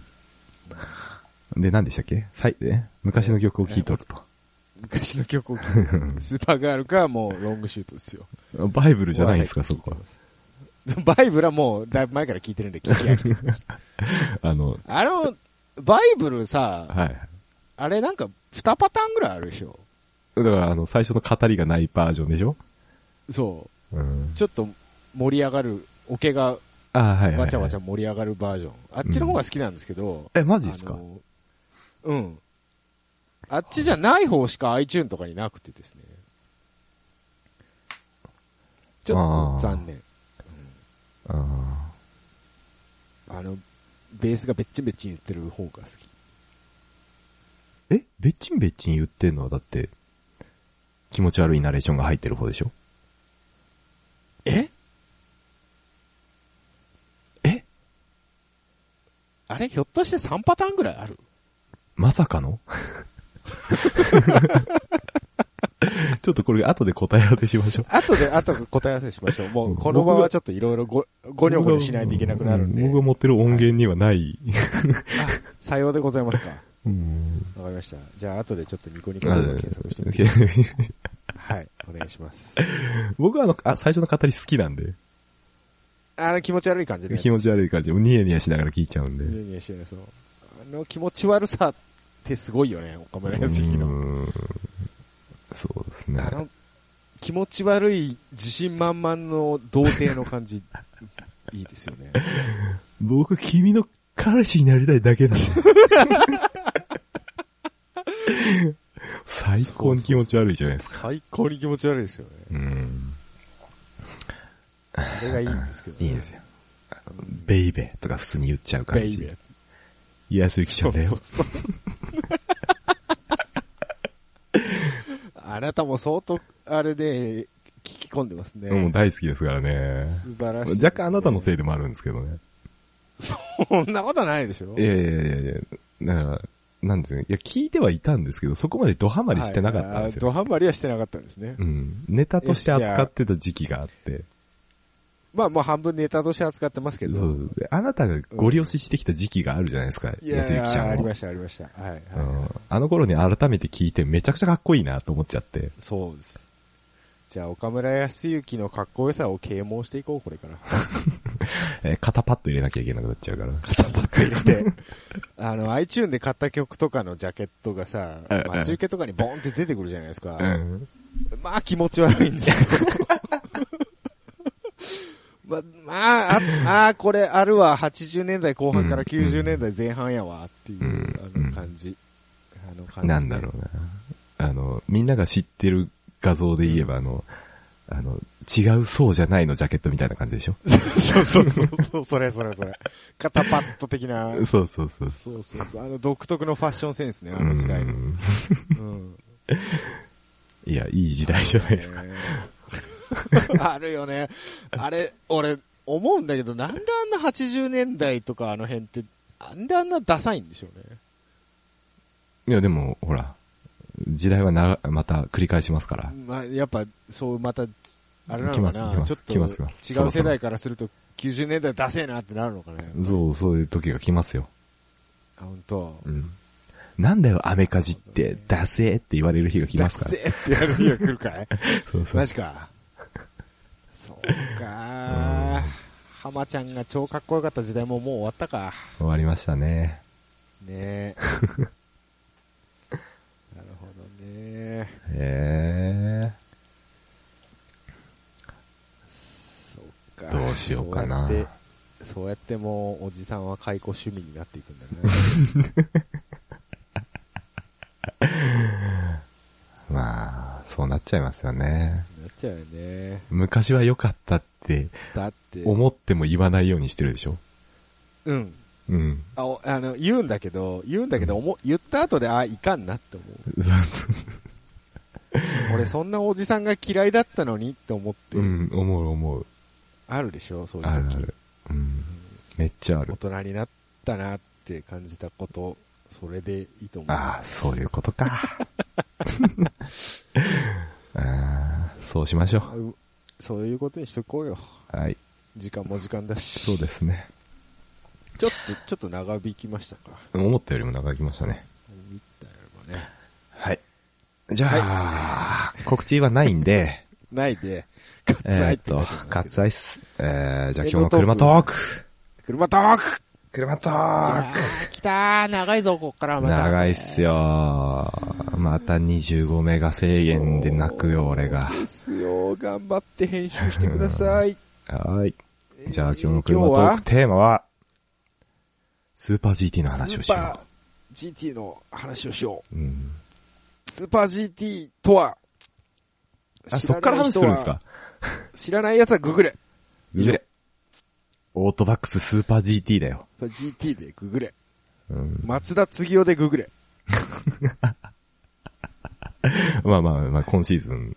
Speaker 2: で、何でしたっけ最え昔の曲を聴いとる
Speaker 1: 昔の曲を聴く。スーパーガールかもうロングシュートですよ。
Speaker 2: と。バイブルじゃないんですか、そこは。
Speaker 1: <laughs> バイブルはもうだいぶ前から聞いて
Speaker 2: <laughs>
Speaker 1: るんで聞き飽きてる
Speaker 2: あの、
Speaker 1: あの、バイブルさ、
Speaker 2: はい。
Speaker 1: あれなんか2パターンぐらいあるでしょ
Speaker 2: だから、あの、最初の語りがないバージョンでしょ
Speaker 1: そ
Speaker 2: うん
Speaker 1: う。。ちょっと盛り上がる、オケが
Speaker 2: あー、はいはいはい。
Speaker 1: わちゃわちゃ盛り上がるバージョン。あっちの方が好きなんですけど。
Speaker 2: え、マジですか
Speaker 1: あのうん。あっちじゃない方しか iTune とかになくてですね。ちょっと残念。
Speaker 2: あ
Speaker 1: あの、ベースがべっちんべっちん言ってる方が好き。
Speaker 2: ーえ、べっちんべっちん言ってんのはだって、気持ち悪いナレーションが入ってる方でしょ
Speaker 1: え
Speaker 2: え
Speaker 1: あれひょっとして3パターンぐらいある
Speaker 2: まさか
Speaker 1: <laughs>
Speaker 2: のちょっとこれ後で答え合わせしましょう。
Speaker 1: 後で、後で答え合わせしましょう。もう、この場はちょっといろいろご、ごにょごにょしないといけなくなるんで。
Speaker 2: 僕が持ってる音源にはない。
Speaker 1: あ、さようでございますか。
Speaker 2: うん
Speaker 1: わかりました。じゃあ、後でちょっとニコニコ動
Speaker 2: あ
Speaker 1: 画検索してみて。 <laughs> はい、お願いします。
Speaker 2: 僕はあの、あ最初の語り好きなんで、
Speaker 1: あの気持ち悪い感じで。
Speaker 2: 気持ち悪い感じで、ニヤニヤしながら聞いちゃうんで。
Speaker 1: ニヤニヤしてるその、あの気持ち悪さってすごいよね、岡村康之の。
Speaker 2: うんそうですね。
Speaker 1: あの、気持ち悪い自信満々の童貞の感じ、
Speaker 2: <laughs>
Speaker 1: いいですよね。
Speaker 2: 僕、君の彼氏になりたいだけな
Speaker 1: <laughs>
Speaker 2: んだ。最高に気持ち悪いじゃないですか。
Speaker 1: 最高に気持ち悪いですよね。
Speaker 2: うん
Speaker 1: あれがいいんですけど、
Speaker 2: いいですよ。ベイベーとか普通に言っちゃう
Speaker 1: ベ
Speaker 2: 感
Speaker 1: イ
Speaker 2: じ。
Speaker 1: ベー。
Speaker 2: 安幸ちゃんだよ。
Speaker 1: そうそう <laughs> あなたも相当、あれで、聞き込んでますね。
Speaker 2: もう大好きですからね。
Speaker 1: 素晴らしい、
Speaker 2: 若干あなたのせ
Speaker 1: い。
Speaker 2: いでもあるんですけどね。
Speaker 1: そんなことないでしょ
Speaker 2: いやいやいやいや、だから、なんですね。いや、聞いてはいたんですけど、そこまでドハマりしてなかったんですよ。
Speaker 1: はいあドハマりはしてなかったんですね。
Speaker 2: うん。ネタとして扱ってた時期があって。
Speaker 1: まあもう半分ネタとして扱ってますけど。
Speaker 2: そうであなたがご利用ししてきた時期があるじゃないですか、
Speaker 1: いや
Speaker 2: 安幸ち
Speaker 1: い
Speaker 2: ゃ
Speaker 1: やあ
Speaker 2: ん
Speaker 1: り
Speaker 2: を
Speaker 1: ま。した、ありました。はい、はい。
Speaker 2: うんあの頃に改めて聞いてめちゃくちゃかっこいいなと思っちゃって。
Speaker 1: そうです。じゃあ、岡村康之のかっこよさを啓蒙していこう、これから。
Speaker 2: えー肩パッと入れなきゃいけなくなっちゃうから。
Speaker 1: で、 <laughs> あの、iTune で買った曲とかのジャケットがさ、
Speaker 2: うんうん
Speaker 1: 待ち受けとかにボンって出てくるじゃないですか。
Speaker 2: うん。、
Speaker 1: まあ気持ち悪いんですよ。ま、まあ、あ、あこれあるわ、80年代後半から90年代前半やわ、っていううんあの感じ。あの感じ。
Speaker 2: なんだろうな。あの、みんなが知ってる画像で言えば、あの、あの、違うそうじゃないのジャケットみたいな感じでしょ
Speaker 1: <laughs> そうそうそうそう、それそれそれ。肩パッド的な。
Speaker 2: そうそうそうそ
Speaker 1: そうそうそう。あの独特のファッションセンスね、
Speaker 2: う。
Speaker 1: あの時代
Speaker 2: う
Speaker 1: の。
Speaker 2: ん <laughs>
Speaker 1: うん。
Speaker 2: いや、いい時代じゃないですか。
Speaker 1: ねあるよね。あれ、俺、思うんだけど、なんであんな80年代とかあの辺って、なんであんなダサいんでしょうね。
Speaker 2: <laughs> いや、でも、ほら、時代はな、また繰り返しますから。
Speaker 1: まあ、やっぱ、そう、また、あれな
Speaker 2: 来
Speaker 1: の
Speaker 2: ま
Speaker 1: か
Speaker 2: す
Speaker 1: な
Speaker 2: 来ます
Speaker 1: ちょっと、
Speaker 2: 来ます来ます
Speaker 1: 違う世代からすると、90年代ダセえなってなるのかね。
Speaker 2: そう、そういう時が来ますよ。
Speaker 1: あ本当。
Speaker 2: うん。なんだよ、アメカジって、ダセーって言われる日が来ますか
Speaker 1: ダ
Speaker 2: ら。
Speaker 1: セえってやる日が来るか
Speaker 2: <laughs>
Speaker 1: い
Speaker 2: そうそう
Speaker 1: マジか。そうか。浜ちゃんが超かっこよかった時代ももう終わったか。
Speaker 2: 終わりましたね。 <laughs>
Speaker 1: ねえ。なるほどね。
Speaker 2: へ
Speaker 1: そうか。
Speaker 2: えどうしようかな
Speaker 1: そう。やってそうやってもう、おじさんは解雇趣味になっていくんだね。 <laughs>
Speaker 2: まあ、そうなっちゃいますよね。
Speaker 1: なっちゃうよね。
Speaker 2: 昔は良かったって、
Speaker 1: だって。
Speaker 2: 思っても言わないようにしてるでしょ
Speaker 1: うん。
Speaker 2: うん。
Speaker 1: あ、おあの、言うんだけど、言うんだけど、おも、言った後で、あ、いかんなって
Speaker 2: <laughs>
Speaker 1: 思う。
Speaker 2: そうそう
Speaker 1: 俺、そんなおじさんが嫌いだったのにって思って、
Speaker 2: うん、思う思う。
Speaker 1: あるでしょ、そういう
Speaker 2: ある
Speaker 1: 時。
Speaker 2: ある。うん。めっちゃあ
Speaker 1: 大
Speaker 2: る。
Speaker 1: 人になったなって感じたこと、それでいいと思う。
Speaker 2: ああ、そういうことか。 <laughs> ああ、そうしましょ
Speaker 1: うそういうことにしとこうよ。
Speaker 2: う。はい。
Speaker 1: 時間も時間だし。
Speaker 2: そうですね。
Speaker 1: ちょっと、ちょっと長引きましたか。
Speaker 2: 思ったよりも長引きましたね。
Speaker 1: みたいなのね。
Speaker 2: はい。じゃあ、告知はないん <laughs> で、
Speaker 1: ないで、カ
Speaker 2: え
Speaker 1: ッツアイ
Speaker 2: ー
Speaker 1: っ
Speaker 2: って
Speaker 1: 書いて
Speaker 2: と
Speaker 1: ます、けど。
Speaker 2: カツアイス。えー、じゃあ
Speaker 1: エンド
Speaker 2: 今日の車トーク。
Speaker 1: 車トーク
Speaker 2: 車ト
Speaker 1: あ
Speaker 2: ーク。
Speaker 1: ー来たー長いぞ、こっからはまた。
Speaker 2: 長いっすよー。また25メガ制限で泣くよ、俺が。
Speaker 1: ですよ。頑張って編集してください。
Speaker 2: はい。じゃあ
Speaker 1: え
Speaker 2: 今日の車トークテーマは、スーパー GT の話をし
Speaker 1: スー
Speaker 2: よ
Speaker 1: パー GT の話をしよ
Speaker 2: う。うん。
Speaker 1: う。スーパー GT とは、
Speaker 2: あ、そっから話するんですか
Speaker 1: 知らない人は知らないやつはググれ。
Speaker 2: グレ。オートバックススーパー GT だよ。
Speaker 1: スーパー GT でググれ。
Speaker 2: うん。
Speaker 1: 松田次夫でググれ。
Speaker 2: まあまあまあ、今シーズン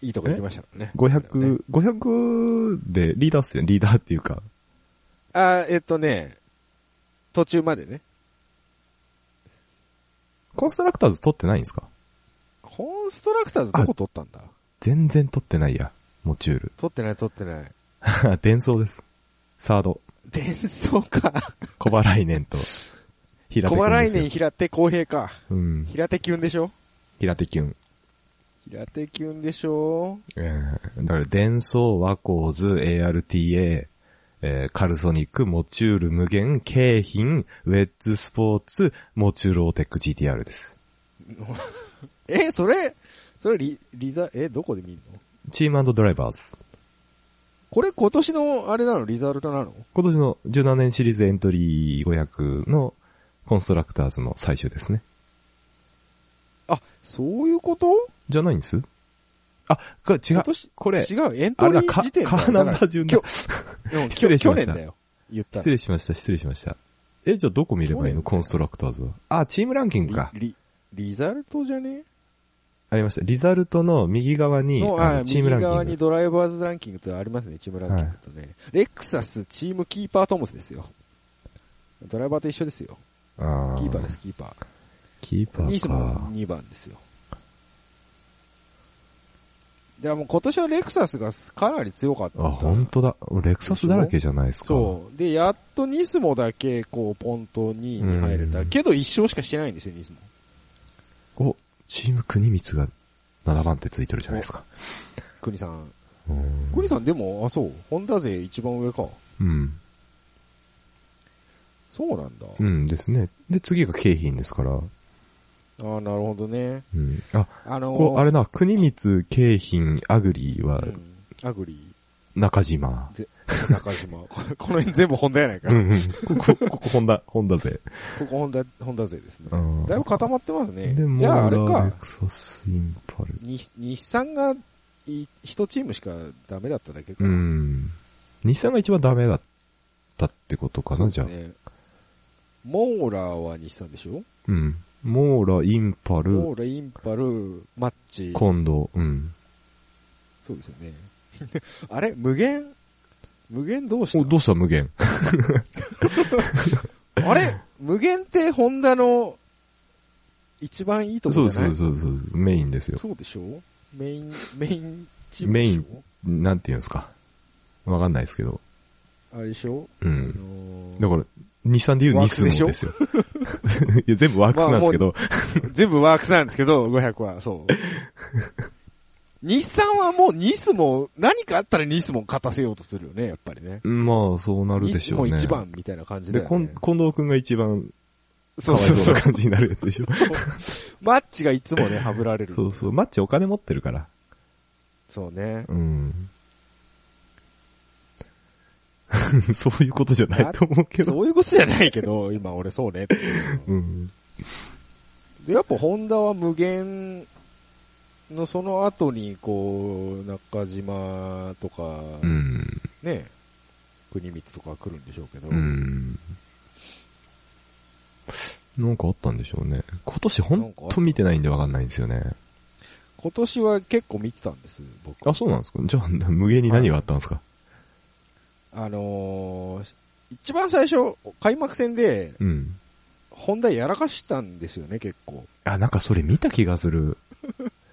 Speaker 1: いいとこ行きましたからね。
Speaker 2: 500、500でリーダーっすよね。リーダーっていうか。
Speaker 1: あー、えっとね、途中までね。
Speaker 2: コンストラクターズ取ってないんですか
Speaker 1: コンストラクターズどこ撮ったんだ
Speaker 2: 全然取ってないや。モチュ <laughs> ール
Speaker 1: 撮ってない撮ってない。
Speaker 2: あ。伝送です。サード。
Speaker 1: 伝送か。
Speaker 2: 小払い年と、平
Speaker 1: 小
Speaker 2: 手くんで
Speaker 1: 笑い
Speaker 2: すよ
Speaker 1: 年平手公平か。
Speaker 2: うん。
Speaker 1: 平手キュンでしょ
Speaker 2: 平手キュン。
Speaker 1: 平手キュンでしょ
Speaker 2: うんだから、伝送、ワコーズ、ARTA、えーカルソニック、モチュール無限、京浜、ウェッツスポーツ、モチュールオーテック GTR です。
Speaker 1: え、それ、それリ、リザ、え、どこで見るの
Speaker 2: チームドライバーズ。
Speaker 1: これ今年の、あれなのリザルトなの
Speaker 2: 今年の17年シリーズエントリー500のコンストラクターズの最終ですね。
Speaker 1: あ、そういうこと
Speaker 2: じゃないんですあ、これ違う
Speaker 1: 今年。
Speaker 2: これ
Speaker 1: 違、う、エン
Speaker 2: あ
Speaker 1: ト
Speaker 2: れ
Speaker 1: リ
Speaker 2: だ、
Speaker 1: ー
Speaker 2: カ
Speaker 1: 時点
Speaker 2: カーナンバー順だ
Speaker 1: だ。からうん
Speaker 2: 失礼しました
Speaker 1: 去年だよ。言ったら
Speaker 2: 失礼しました、失礼しました。え、じゃあどこ見ればいいのコンストラクターズは。あ、チームランキングか。
Speaker 1: リ、リリザルトじゃね
Speaker 2: ありました。リザルトの右側に、
Speaker 1: の
Speaker 2: あ
Speaker 1: は
Speaker 2: の
Speaker 1: い
Speaker 2: チームラ
Speaker 1: 右側
Speaker 2: ンキ
Speaker 1: に
Speaker 2: ング。
Speaker 1: ドライバーズランキングとありますね、チームランキングとね。レクサスチームキーパートモスですよ。ドライバーと一緒ですよ。
Speaker 2: キー
Speaker 1: キーパーです、。キーパ
Speaker 2: キーパ
Speaker 1: ー。ニース
Speaker 2: ー
Speaker 1: も
Speaker 2: か。
Speaker 1: 2番ですよ。でもう今年はレクサスがかなり強かった。
Speaker 2: あ、本当だ。レクサスだらけじゃないですか。
Speaker 1: そう。で、やっとニスモだけ、こう、ポンと2位に入れた。
Speaker 2: うん
Speaker 1: けど、1勝しかしてないんですよ、ニスモ。
Speaker 2: お、チーム国光が7番ってついてるじゃないですか。
Speaker 1: 国さん。
Speaker 2: うん
Speaker 1: 国さん、でも、あ、そう。ホンダ勢一番上か。
Speaker 2: うん。
Speaker 1: そうなんだ。
Speaker 2: うんですね。で、次が景品ですから。う
Speaker 1: ああ、なるほどね。
Speaker 2: ん。あ、
Speaker 1: あのー
Speaker 2: こう、あれな、国光、景品、アグリーは
Speaker 1: う、んアグリ
Speaker 2: 中島
Speaker 1: ー、。ぜ中島。 <laughs> これこの辺全部ホンダやないか。
Speaker 2: う
Speaker 1: こ
Speaker 2: んうん。ここ、ここ、ホンダ、ホンダ勢。
Speaker 1: こホンダ、ホンダ勢ですね
Speaker 2: う。ん。
Speaker 1: だいぶ固まってますね
Speaker 2: で。も、
Speaker 1: じゃあ、あれ
Speaker 2: レ
Speaker 1: か。
Speaker 2: クサス、インパル。
Speaker 1: に日産がい、一チームしかダメだっただけか。
Speaker 2: うん。日産が一番ダメだったってことか
Speaker 1: そう
Speaker 2: な、
Speaker 1: です
Speaker 2: じゃあ。
Speaker 1: ね。モーラーは日産でしょ
Speaker 2: うん。モーラ、インパ
Speaker 1: モ
Speaker 2: ル、
Speaker 1: ーラ、インパル、マッチ。
Speaker 2: 今度、うん。
Speaker 1: そうですよね。 <laughs> あれ無限無限どうし
Speaker 2: お、
Speaker 1: た
Speaker 2: どうした無限。
Speaker 1: あれ無限ってホンダの一番いいとこ
Speaker 2: そう
Speaker 1: じゃ
Speaker 2: そ
Speaker 1: な
Speaker 2: う
Speaker 1: い
Speaker 2: そうそう、メインですよ。
Speaker 1: そうでしょメイン、 <laughs> メインチーム
Speaker 2: メ
Speaker 1: で
Speaker 2: イ
Speaker 1: しょ
Speaker 2: ンなんて言うんですか。わかんないですけど。
Speaker 1: あれでしょ
Speaker 2: う
Speaker 1: あ
Speaker 2: ん。
Speaker 1: の
Speaker 2: だから、日産で言う
Speaker 1: ワ
Speaker 2: ニ
Speaker 1: ーク
Speaker 2: ス
Speaker 1: スでし
Speaker 2: モ
Speaker 1: ょ
Speaker 2: ですよ。 <laughs> いや、全部ワークスなんですけど。 <laughs>
Speaker 1: ー全部ワークスなんですけど、500は、そう。 <laughs> 日産はもうニスも、何かあったらニスも勝たせようとするよね、やっぱりね。
Speaker 2: まあ、そうなる
Speaker 1: ニ
Speaker 2: で
Speaker 1: ス
Speaker 2: しょう
Speaker 1: も
Speaker 2: ね。
Speaker 1: 一番みたいな感じだ
Speaker 2: で、
Speaker 1: よ
Speaker 2: こん
Speaker 1: ね。
Speaker 2: 近藤くんが一番か
Speaker 1: そ
Speaker 2: わいそう
Speaker 1: う
Speaker 2: な
Speaker 1: そう
Speaker 2: 感じになるやつでしょ。
Speaker 1: マッチがいつもね、はぶられる。
Speaker 2: そうそう。マッチお金持ってるから。
Speaker 1: そうね。
Speaker 2: うん。 <laughs> そういうことじゃないと思うけど。
Speaker 1: そういうことじゃないけど、今俺そうねっていう
Speaker 2: うん。
Speaker 1: で、やっぱホンダは無限のその後に、こう、中島とか、
Speaker 2: うん。
Speaker 1: ね、国光とか来るんでしょうけど、
Speaker 2: うん。なんかあったんでしょうね。今年ほんと見てないんでわかんないんですよね。
Speaker 1: 今年は結構見てたんです、僕。
Speaker 2: あ、そうなんですかじゃあ、無限に何があったんですか、
Speaker 1: あのー、一番最初、開幕戦で、
Speaker 2: うん。
Speaker 1: ホンダやらかしたんですよね、結構。
Speaker 2: あ、なんかそれ見た気がする。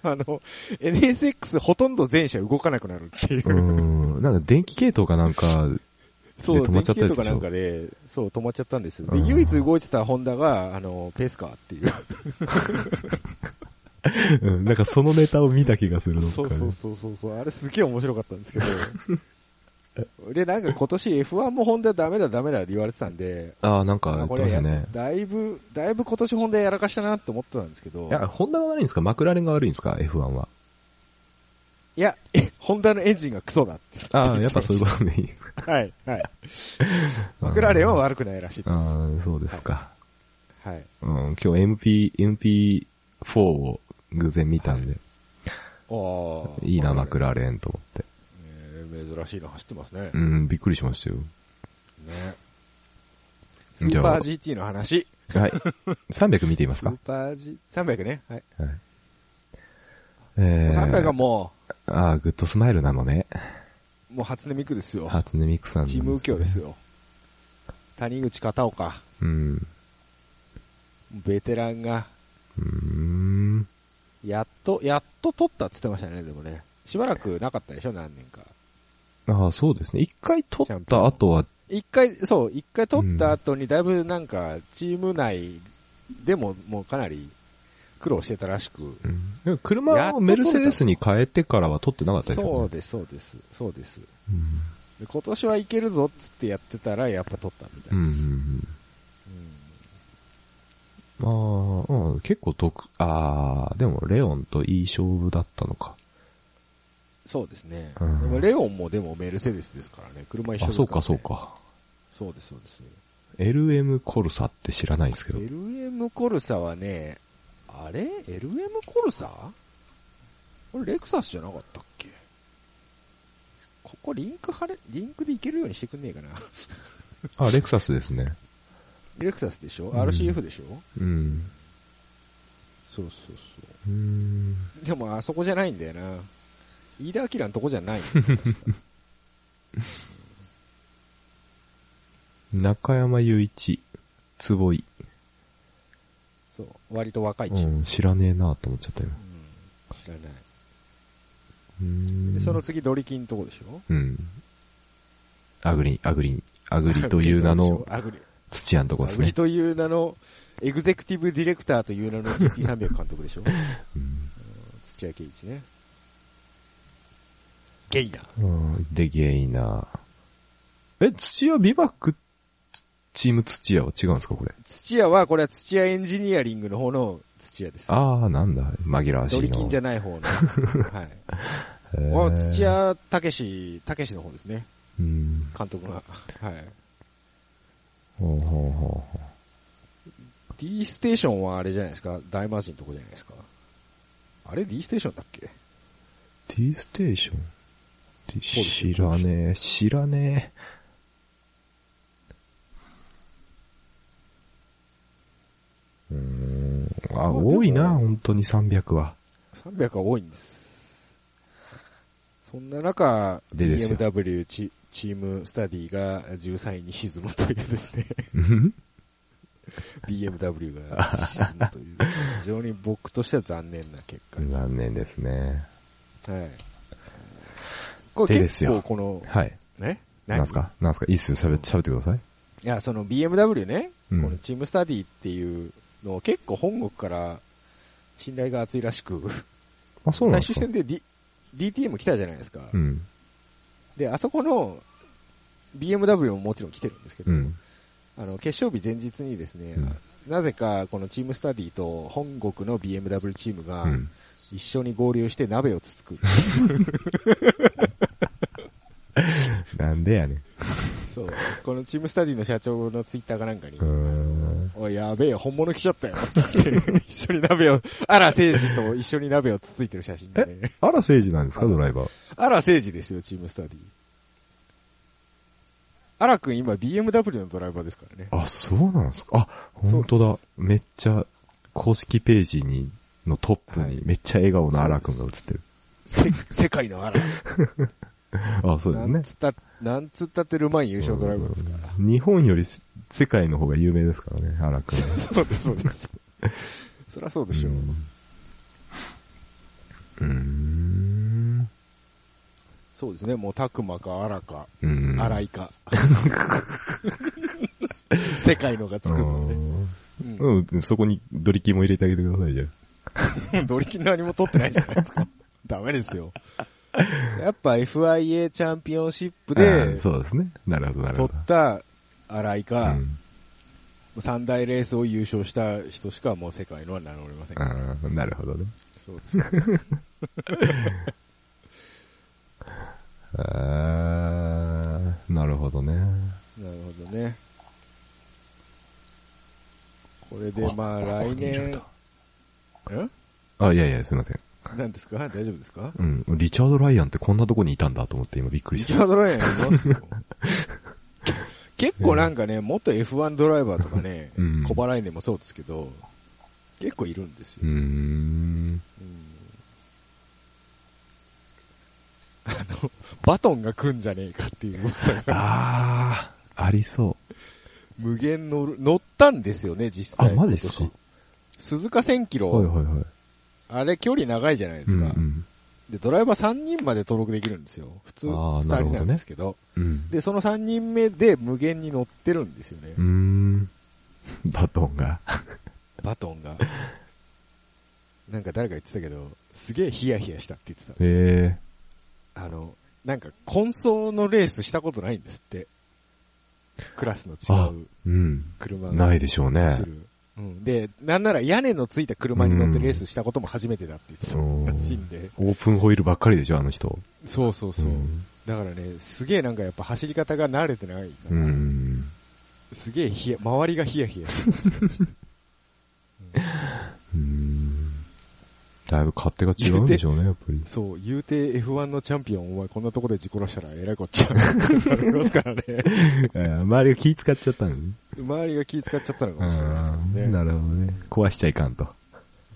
Speaker 1: あの、NSX ほとんど全車動かなくなるっていうう。
Speaker 2: ん。なんか電気系統かなんか、
Speaker 1: <laughs> そう、
Speaker 2: で止ま
Speaker 1: 電
Speaker 2: っちゃっ
Speaker 1: 気
Speaker 2: たや
Speaker 1: 系と
Speaker 2: つで
Speaker 1: か
Speaker 2: し
Speaker 1: な
Speaker 2: ょ
Speaker 1: んかで、そう、止まっちゃったんですよ。で、
Speaker 2: うん
Speaker 1: 唯一動いてたホンダが、あの、ペスカーって
Speaker 2: <laughs>
Speaker 1: いう。
Speaker 2: うんなんかそのネタを見た気がするのか、
Speaker 1: そうそうそうそうそう。あれすげえ面白かったんですけ
Speaker 2: <laughs>
Speaker 1: ど。で、なんか今年 F1 もホンダダメだダメだって言われてたんで、
Speaker 2: ああ、なんか言
Speaker 1: あ
Speaker 2: って
Speaker 1: こ
Speaker 2: ま
Speaker 1: れ
Speaker 2: した
Speaker 1: や、
Speaker 2: ね。
Speaker 1: だいぶ、だいぶ今年ホンダやらかしたなって思ってたんですけど
Speaker 2: い、や、ホンダが悪いんですかマクラーレンが悪いんですか ?F1 は。
Speaker 1: いや、 <laughs> えホンダのエンジンがクソだって。
Speaker 2: ああ、やっぱそういうことね。
Speaker 1: はい、
Speaker 2: <laughs>
Speaker 1: はい。マクラーレンは悪くないらしいです。は
Speaker 2: ああ、そうですか。
Speaker 1: い。
Speaker 2: うん、今日 MP、MP4 を偶然見たんで、
Speaker 1: おー
Speaker 2: いいな、マクラーレンと思って。
Speaker 1: えー珍しいの走ってますね
Speaker 2: う。ん、びっくりしましたよ。
Speaker 1: ねス
Speaker 2: じゃ
Speaker 1: ーパ
Speaker 2: あ
Speaker 1: ー GT の話。
Speaker 2: はい。300見ています
Speaker 1: ス
Speaker 2: か
Speaker 1: ーパー G、300ね。はい。
Speaker 2: はい。えー、
Speaker 1: 300はも
Speaker 2: ああ、グッドスマイルなのね。
Speaker 1: う、もう初音ミクですよ。
Speaker 2: 初音ミクさんなん
Speaker 1: チーム右京です
Speaker 2: よ。
Speaker 1: よ。谷口片岡、
Speaker 2: うん。
Speaker 1: ベテランが、
Speaker 2: うーん。
Speaker 1: やっと、やっと取ったって言ってましたね、でもね。しばらくなかったでしょ、何年か。
Speaker 2: ああ、そうですね。一回取った後は、
Speaker 1: 一回、そう、一回取った後に、だいぶなんか、チーム内でも、もうかなり苦労してたらしく。
Speaker 2: うんでも車をメルセデスに変えてからは取ってなかったでし
Speaker 1: そ
Speaker 2: ょ
Speaker 1: うです、そうです、そうです。
Speaker 2: うね。
Speaker 1: で今年はいけるぞっつってやってたら、やっぱ取ったみた
Speaker 2: う
Speaker 1: い
Speaker 2: ん。う
Speaker 1: な。
Speaker 2: んう
Speaker 1: うん
Speaker 2: んまあ、うん、結構得、ああ、でもレオンといい勝負だったのか。
Speaker 1: そうですね。
Speaker 2: うん
Speaker 1: でもレオンもでもメルセデスですからね、車一緒
Speaker 2: あ、
Speaker 1: ですから、ね。
Speaker 2: そうかそう。か。
Speaker 1: そうです、そうです。
Speaker 2: LM コルサって知らないんですけど。
Speaker 1: LM コルサはね、あれ ?LM コルサこれレクサスじゃなかったっけここリンク貼れ、リンクでいけるようにしてくんねえかな。 <laughs>
Speaker 2: あ、レクサスですね。
Speaker 1: レクサスでしょ
Speaker 2: うん
Speaker 1: ?RCF でしょ、
Speaker 2: うん。
Speaker 1: そうそうそう
Speaker 2: ーん。
Speaker 1: う。でもあそこじゃないんだよな。飯田明のとこじゃ
Speaker 2: <laughs>
Speaker 1: ない。
Speaker 2: 中山雄一、坪井。
Speaker 1: そう。割と若いチ
Speaker 2: う
Speaker 1: ーム。
Speaker 2: ん、知らねえなと思っちゃったよ。
Speaker 1: うん知らな
Speaker 2: うー
Speaker 1: い。で、
Speaker 2: ん。
Speaker 1: その次ドリキンとこでしょ
Speaker 2: うん。アグリ、アグリ、アグリという
Speaker 1: <laughs>
Speaker 2: 名の
Speaker 1: アグリ。
Speaker 2: 土屋のとこ
Speaker 1: ア
Speaker 2: です
Speaker 1: グリ
Speaker 2: ね。
Speaker 1: という名の、エグゼクティブディレクターという名の GT300 監督でしょ
Speaker 2: うん
Speaker 1: 土屋圭一ね。ゲイナー。
Speaker 2: うんで、ゲイナー。え、土屋ビバック、チーム土屋は違うんですか、これ。
Speaker 1: 土屋は、これは土屋エンジニアリングの方の土屋です。
Speaker 2: あー、なんだ、紛らわし
Speaker 1: ド
Speaker 2: い
Speaker 1: リキ
Speaker 2: の
Speaker 1: ンじ。ゃない方の。はい。お土
Speaker 2: へー。
Speaker 1: 屋武史、武史の方ですね。
Speaker 2: うん。
Speaker 1: 監督が。はい。
Speaker 2: ほうほうほうほ
Speaker 1: D ステーションはあれじゃないですか。大魔神のとこじゃないですか。あれ D ステーションだっけ
Speaker 2: T ステーション T-
Speaker 1: そうです
Speaker 2: 知らねえ、知らねえ。うーん。あ、
Speaker 1: まあでも
Speaker 2: 多いな、本当に300は。 <laughs>
Speaker 1: 300は多いんです。そんな中、
Speaker 2: でですよ
Speaker 1: BMW チチームスタディが13位に沈むというです
Speaker 2: <laughs>
Speaker 1: ね、BMW が沈むというですね、非常に僕としては残念な結果。
Speaker 2: 残念ですね。
Speaker 1: はい。これ
Speaker 2: でです
Speaker 1: 結構
Speaker 2: よ
Speaker 1: この、
Speaker 2: はい。
Speaker 1: ね
Speaker 2: なんすかなんすかいいっすよ、喋って、喋ってください。
Speaker 1: いや、その BMW ね、
Speaker 2: うん
Speaker 1: このチームスタディっていうのを結構本国から信頼が厚いらしく、
Speaker 2: あ、そうなん
Speaker 1: 最
Speaker 2: です
Speaker 1: 終戦
Speaker 2: か
Speaker 1: で、D、DTM 来たじゃないですか。
Speaker 2: うん。
Speaker 1: で、あそこの BMW ももちろん来てるんですけど、
Speaker 2: うん。
Speaker 1: あの、決勝日前日にですね、
Speaker 2: うん
Speaker 1: なぜかこのチームスタディと本国の BMW チームが
Speaker 2: うん。
Speaker 1: 一緒に合流して鍋をつつ
Speaker 2: <laughs>
Speaker 1: く。
Speaker 2: なんでやねん。
Speaker 1: そう。このチームスタディの社長のツイッターかなんかに、
Speaker 2: うーん。
Speaker 1: おい、やべえよ、本物来ちゃったよ。一緒に鍋を、あら、聖治と一緒に鍋をつついてる写真でね。
Speaker 2: あら、誠治なんですか、ドライバー。
Speaker 1: あら、聖治ですよ、チームスタディ。あらくん今 BMW のドライバーですからね。
Speaker 2: あ、そうなんですか。あ、本当
Speaker 1: そう
Speaker 2: だ。めっちゃ、公式ページに、のトップ
Speaker 1: はい
Speaker 2: に、めっちゃ笑顔のアラくんが映ってる。
Speaker 1: せ世界のあら。
Speaker 2: あ、そうで
Speaker 1: な
Speaker 2: すね
Speaker 1: んつ。った、なんつったってルマン優勝ドライバーですから。
Speaker 2: 日本よりせ世界の方が有名ですからね、アラくんは。
Speaker 1: そうです、そうです。そりゃそうでしょう。
Speaker 2: うん。
Speaker 1: そうですね、もうタクマかアラか、
Speaker 2: うーん。
Speaker 1: アライか。世界のがつくので。う
Speaker 2: うん、そこにドリキンも入れてあげてくださいじゃ
Speaker 1: ん。ドリキン何も取ってないじゃないですか。ダメですよ。やっぱ FIA チャンピオンシップ
Speaker 2: あ
Speaker 1: で
Speaker 2: ー、そうですね。なるほど、なるほ
Speaker 1: 取
Speaker 2: ど。
Speaker 1: ったアライか
Speaker 2: う、ん
Speaker 1: 三大レースを優勝した人しかもう世界のは名乗れません。
Speaker 2: あーなるほどね。
Speaker 1: そうですね
Speaker 2: あーなるほどね。
Speaker 1: なるほどね。これでまあ来年、ん
Speaker 2: あ、いやいや、すいません。
Speaker 1: 何ですか大丈夫ですか
Speaker 2: うん。リチャード・ライアンってこんなとこにいたんだと思って今びっくり
Speaker 1: リ
Speaker 2: し
Speaker 1: チャ
Speaker 2: た。
Speaker 1: ード・ライアンいます
Speaker 2: <laughs>
Speaker 1: よ。結構なんかね、元 F1 ドライバーとかね
Speaker 2: うん、
Speaker 1: 小払いでもそうですけど、結構いるんです
Speaker 2: うー
Speaker 1: よ。
Speaker 2: ん。
Speaker 1: うんあの、バトンが来んじゃねえかって
Speaker 2: <laughs>
Speaker 1: いう。
Speaker 2: あー、ありそ
Speaker 1: 無限乗る、乗ったんですよね、実際。
Speaker 2: あマジっすか
Speaker 1: 今年鈴鹿1000キ
Speaker 2: う。
Speaker 1: ロ、
Speaker 2: はいはいはい。
Speaker 1: あれ距離長いじゃないで
Speaker 2: う
Speaker 1: す
Speaker 2: んう
Speaker 1: か。
Speaker 2: ん。
Speaker 1: で、ドライバー3人まで登録できるんですよ。普通、
Speaker 2: あ
Speaker 1: 2
Speaker 2: ーなる
Speaker 1: 人
Speaker 2: ほ
Speaker 1: な
Speaker 2: ど
Speaker 1: ん
Speaker 2: ね
Speaker 1: ですけど。
Speaker 2: うん。
Speaker 1: で、その3人目で無限に乗ってるんですよね。
Speaker 2: うーん。 <laughs> バトンが。
Speaker 1: バトンが。 <laughs> なんか誰か言ってたけど、すげえヒヤヒヤしたって言って
Speaker 2: え
Speaker 1: た。あの、なんか、混走のレースしたことないんですって。クラスの違う
Speaker 2: えー。うん。
Speaker 1: 車が
Speaker 2: ないでしょうね
Speaker 1: 走。る。うん、で、なんなら屋根のついた車に乗ってレースしたことも初めてだって言って
Speaker 2: うん
Speaker 1: たらしいんで。
Speaker 2: オープンホイールばっかりでしょ、あの人。
Speaker 1: そうそうそう。
Speaker 2: ん
Speaker 1: だからね、すげえなんかやっぱ走り方が慣れてないから、
Speaker 2: うん。
Speaker 1: すげえヒヤ、周りがヒヤヒヤして
Speaker 2: うん。だいぶ勝手が違うんでしょうね、やっぱ
Speaker 1: <laughs>
Speaker 2: り。
Speaker 1: そう、言うて F1 のチャンピオン、お前こんなとこで事故らしたらえらいこっちゃ。 <laughs> なりますからね。
Speaker 2: えー周りが気使っちゃったのね。
Speaker 1: 周りが気使っちゃったのかもしれないです
Speaker 2: あ
Speaker 1: け
Speaker 2: ー
Speaker 1: ど
Speaker 2: な
Speaker 1: ね。
Speaker 2: るほどね。壊しちゃいかんと。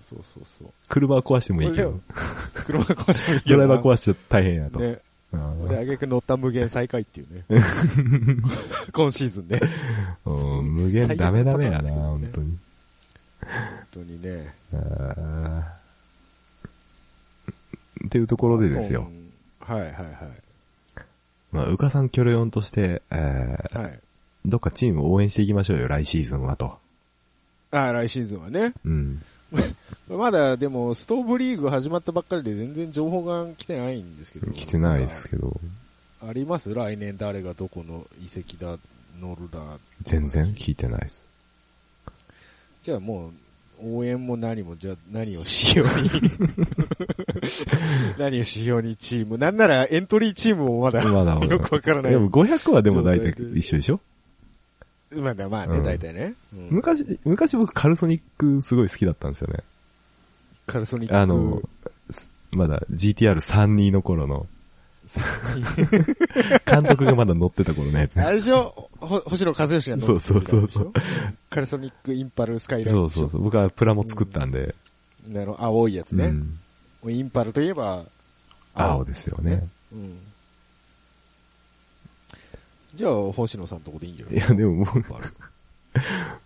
Speaker 1: そうそうそう。
Speaker 2: 車は壊してもいいけ
Speaker 1: これ
Speaker 2: ど、
Speaker 1: でも
Speaker 2: <laughs>
Speaker 1: 車壊してもいいけ
Speaker 2: ド
Speaker 1: ど
Speaker 2: ライバー壊して大変やと。
Speaker 1: ね。
Speaker 2: うん
Speaker 1: で、あげく乗った無限最下位って
Speaker 2: <laughs>
Speaker 1: いうね。今シーズンね。
Speaker 2: うん無限ダメダメやな、
Speaker 1: 最悪
Speaker 2: 本
Speaker 1: のパタ
Speaker 2: 当に。
Speaker 1: 本当にね。
Speaker 2: あーっていうところでですよ。
Speaker 1: はいはいは
Speaker 2: まあ、うかさんキョロヨンとして、えー
Speaker 1: い。はい。
Speaker 2: どっかチームを応援していきましょうよ、来シーズンはと。
Speaker 1: ああ、来シーズンはね。
Speaker 2: うん。
Speaker 1: まだでも、ストーブリーグ始まったばっかりで全然情報が来てないんですけど。
Speaker 2: 来てないですけど、
Speaker 1: あります来年誰がどこの遺跡だ、乗るだ。
Speaker 2: 全然聞いてないです。
Speaker 1: じゃあもう、応援も何も、じゃあ何をしように。
Speaker 2: <laughs>
Speaker 1: 何をしようにチーム。なんならエントリーチームもまだ、
Speaker 2: まだまだ
Speaker 1: <laughs> よくわからない。
Speaker 2: でも500はでも大体
Speaker 1: 状態で
Speaker 2: 一緒でしょ
Speaker 1: まだまあね、
Speaker 2: うん
Speaker 1: 大体ね。うん、
Speaker 2: 昔、昔僕カルソニックすごい好きだったんですよね。
Speaker 1: カルソニック。
Speaker 2: あの、すまだ GTR32 の頃の、監督がまだ乗ってた頃のやつ。
Speaker 1: あれでしょほ星野和義が乗って
Speaker 2: そうそうそうそう
Speaker 1: う。カルソニックインパルスカイライン
Speaker 2: そ
Speaker 1: で
Speaker 2: う
Speaker 1: し
Speaker 2: そ
Speaker 1: ょ。
Speaker 2: うそう。僕はプラも作ったんで、
Speaker 1: あの、青いやつ
Speaker 2: う
Speaker 1: ね。
Speaker 2: ん、
Speaker 1: インパルといえば、
Speaker 2: 青ですよね。
Speaker 1: うん。じゃあ、星野さんとこでいいんじゃない
Speaker 2: いや、でも
Speaker 1: インパル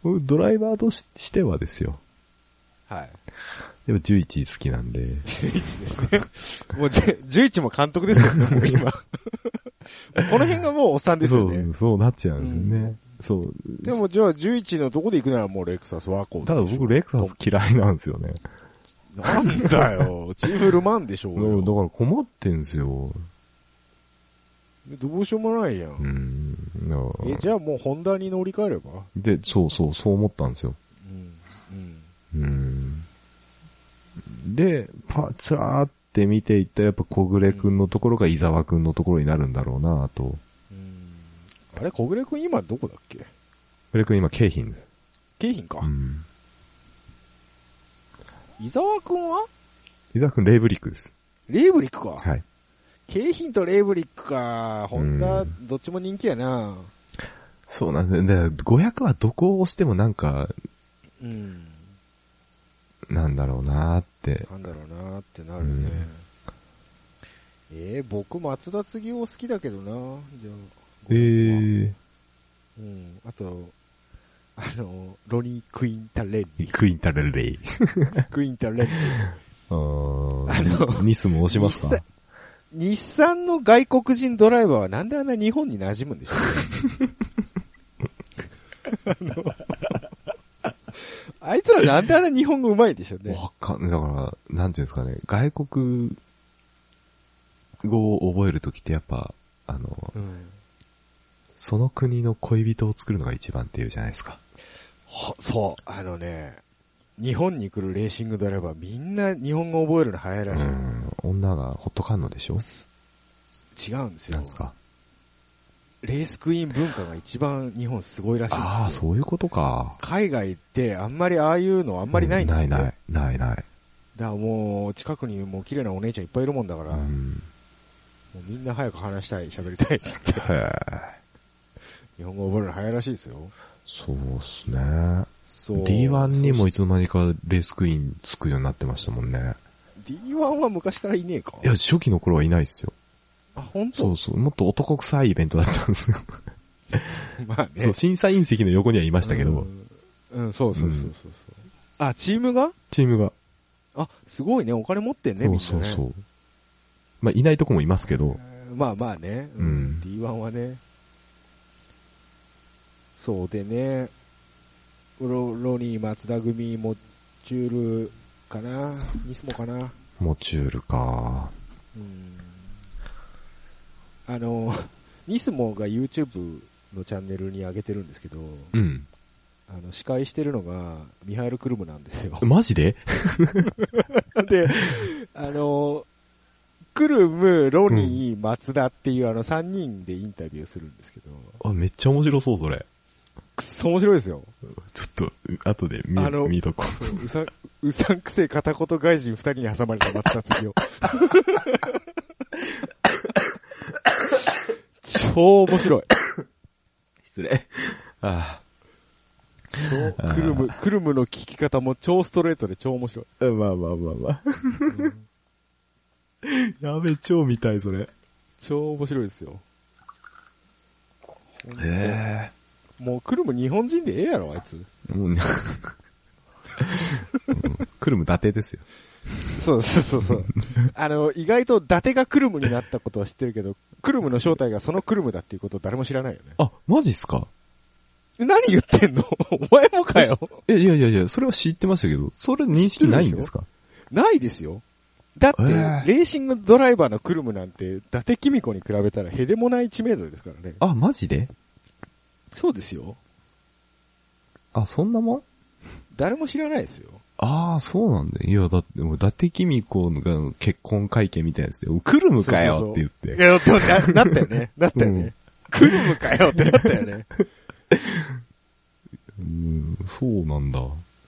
Speaker 2: 僕、ドライバーとししてはですよ。
Speaker 1: はい。
Speaker 2: でも11好きなんで、
Speaker 1: 11ですね。もうじゅ、11も監督ですよね、もう今。
Speaker 2: <laughs>
Speaker 1: もうこの辺がもうおっさんですよ
Speaker 2: そ
Speaker 1: ね
Speaker 2: う、。そうなっちゃうんですよね。
Speaker 1: う
Speaker 2: そう。
Speaker 1: でもじゃあ、11のとこで行くならもうレクサスワーコー
Speaker 2: ただ僕、レクサス嫌いなんですよね。
Speaker 1: なんだよ。チームルマンでしょう
Speaker 2: <laughs> うんだ
Speaker 1: よ。
Speaker 2: から困ってんすよ。
Speaker 1: どうしようもないじゃ。
Speaker 2: うんん。だから
Speaker 1: え、じゃあもうホンダに乗り換えれば
Speaker 2: で、そうそう、そう思ったんですよ。
Speaker 1: うん。うん。
Speaker 2: うん。で、パ、つらーって見ていったらやっぱ小暮くんのところが伊沢くんのところになるんだろうなと。
Speaker 1: うんあれ、小暮くん今どこだっけ
Speaker 2: 小暮くん今、京浜です。
Speaker 1: 京浜か
Speaker 2: う。ん。
Speaker 1: 伊沢くんは
Speaker 2: 伊沢くんレイブリックです。
Speaker 1: レイブリックか。
Speaker 2: はい。
Speaker 1: 京浜とレイブリックか。ホン
Speaker 2: う
Speaker 1: ダ、
Speaker 2: ん
Speaker 1: どっちも人気やな。
Speaker 2: そうなんですね。だから500はどこを押してもなんか、
Speaker 1: うん。
Speaker 2: なんだろうなーって。
Speaker 1: なんだろうなーってなるね。えー、僕、松田継夫好きだけどな。じゃあ。
Speaker 2: ええ
Speaker 1: うん。あと、あの、ロニー・クインタ・レンリ
Speaker 2: ー、クインタルレイ。
Speaker 1: クインタ・レンリ
Speaker 2: あ
Speaker 1: あの
Speaker 2: ーニスも押しますか
Speaker 1: 日産の外国人ドライバーはなんであんな日本に馴染むんでしょうねあのあいつらなんであんな日本語上手いでしょうね。
Speaker 2: わかんない。だから、なんていうんですかね、外国語を覚えるときってやっぱ、あの、
Speaker 1: うん、
Speaker 2: その国の恋人を作るのが一番っていうじゃないですか。
Speaker 1: ほそう、あのね、日本に来るレーシングドライバーみんな日本語覚えるの早いうらしい。
Speaker 2: ん。女がほっとかんのでしょ
Speaker 1: 違うんですよ。
Speaker 2: なんですか
Speaker 1: レースクイーン文化が一番日本すごいらしいんですよ。
Speaker 2: ああ、そういうことか。
Speaker 1: 海外ってあんまりああいうのあんまりないんですよ、
Speaker 2: うないない。ないな
Speaker 1: だ
Speaker 2: い。
Speaker 1: からもう、近くにもう綺麗なお姉ちゃんいっぱいいるもんだから、
Speaker 2: う。
Speaker 1: もうんみんな早く話したい、喋りたい。 <laughs>
Speaker 2: へえ。
Speaker 1: 日本語覚えるの早いらしいですよ。
Speaker 2: そうっすね。
Speaker 1: そう。
Speaker 2: D1 にも
Speaker 1: そ
Speaker 2: いつの間にかレースクイーンつくようになってましたもんね。
Speaker 1: う D1 は昔からいねえか。
Speaker 2: いや、初期の頃はいないっすよ。
Speaker 1: あ、本当
Speaker 2: そうそう。もっと男臭いイベントだったんで
Speaker 1: <laughs>
Speaker 2: すよ。
Speaker 1: まあね。
Speaker 2: <laughs> そう、審査員席の横にはいましたけど、
Speaker 1: うん。うん、そうそうそうそうそう。あ、チームが
Speaker 2: チームが。
Speaker 1: あ、すごいね、お金持ってんね、
Speaker 2: そ
Speaker 1: みんな、ね。
Speaker 2: うそうそう。まあ、いないとこもいますけど、
Speaker 1: まあまあね、う
Speaker 2: うん
Speaker 1: ん、D1 はね。そうでね、ロロニー、松田組、モッチュールかな、ニスモかな。
Speaker 2: モチュールか。
Speaker 1: うん、あの、 <laughs> ニスモが YouTube のチャンネルに上げてるんですけど、
Speaker 2: うん。
Speaker 1: あの司会してるのがミハイル・クルムなんですよ。
Speaker 2: マジで
Speaker 1: で、あの、クルム、ロニー、松田っていうあの3人でインタビューするんですけど、
Speaker 2: あ、めっちゃ面白そう、それ。
Speaker 1: くっそ面白いですよ。
Speaker 2: ちょっと、後で見
Speaker 1: あ、の
Speaker 2: 見とこう。
Speaker 1: そううさん、 <laughs> うさんくせえ片言外人二人に挟まれた松田次を。超面白い。
Speaker 2: 失礼。ああ。
Speaker 1: そうクルム、クルムの聞き方も超ストレートで超面白い。
Speaker 2: まあまあまあまあ。 <laughs> やべ、超見たい、それ。
Speaker 1: 超面白いですよ。ほんと
Speaker 2: へ
Speaker 1: もうクルム日本人でええやろ、あいつ。
Speaker 2: え。もう <laughs> ね。クルム伊達ですよ。
Speaker 1: そうそうそう <laughs> そう。あの、意外と伊達がクルムになったことは知ってるけど、クルムの正体がそのクルムだっていうことを誰も知らないよね。
Speaker 2: あ、マジっすか
Speaker 1: 何言って <laughs> んのお前もかよ。
Speaker 2: え、いやいやいや、それは知ってましたけど、それ認識ないんですか
Speaker 1: ないですよ。だって、
Speaker 2: え
Speaker 1: レ
Speaker 2: ー
Speaker 1: ーシングドライバーのクルムなんて、伊達公子に比べたらへでもない知名度ですからね。
Speaker 2: あ、マジで
Speaker 1: そうですよ。
Speaker 2: あ、そんなもん
Speaker 1: 誰も知らないですよ。
Speaker 2: ああ、そうなんだ。いや、だって、もう伊達公子が結婚会見みたいなやつで、クルムかよって言
Speaker 1: い
Speaker 2: って。
Speaker 1: や、でもな、なったよ <laughs> ね。なったよ
Speaker 2: う
Speaker 1: ね
Speaker 2: ん。
Speaker 1: クルムかよってなったよね。
Speaker 2: うん、そうなんだ。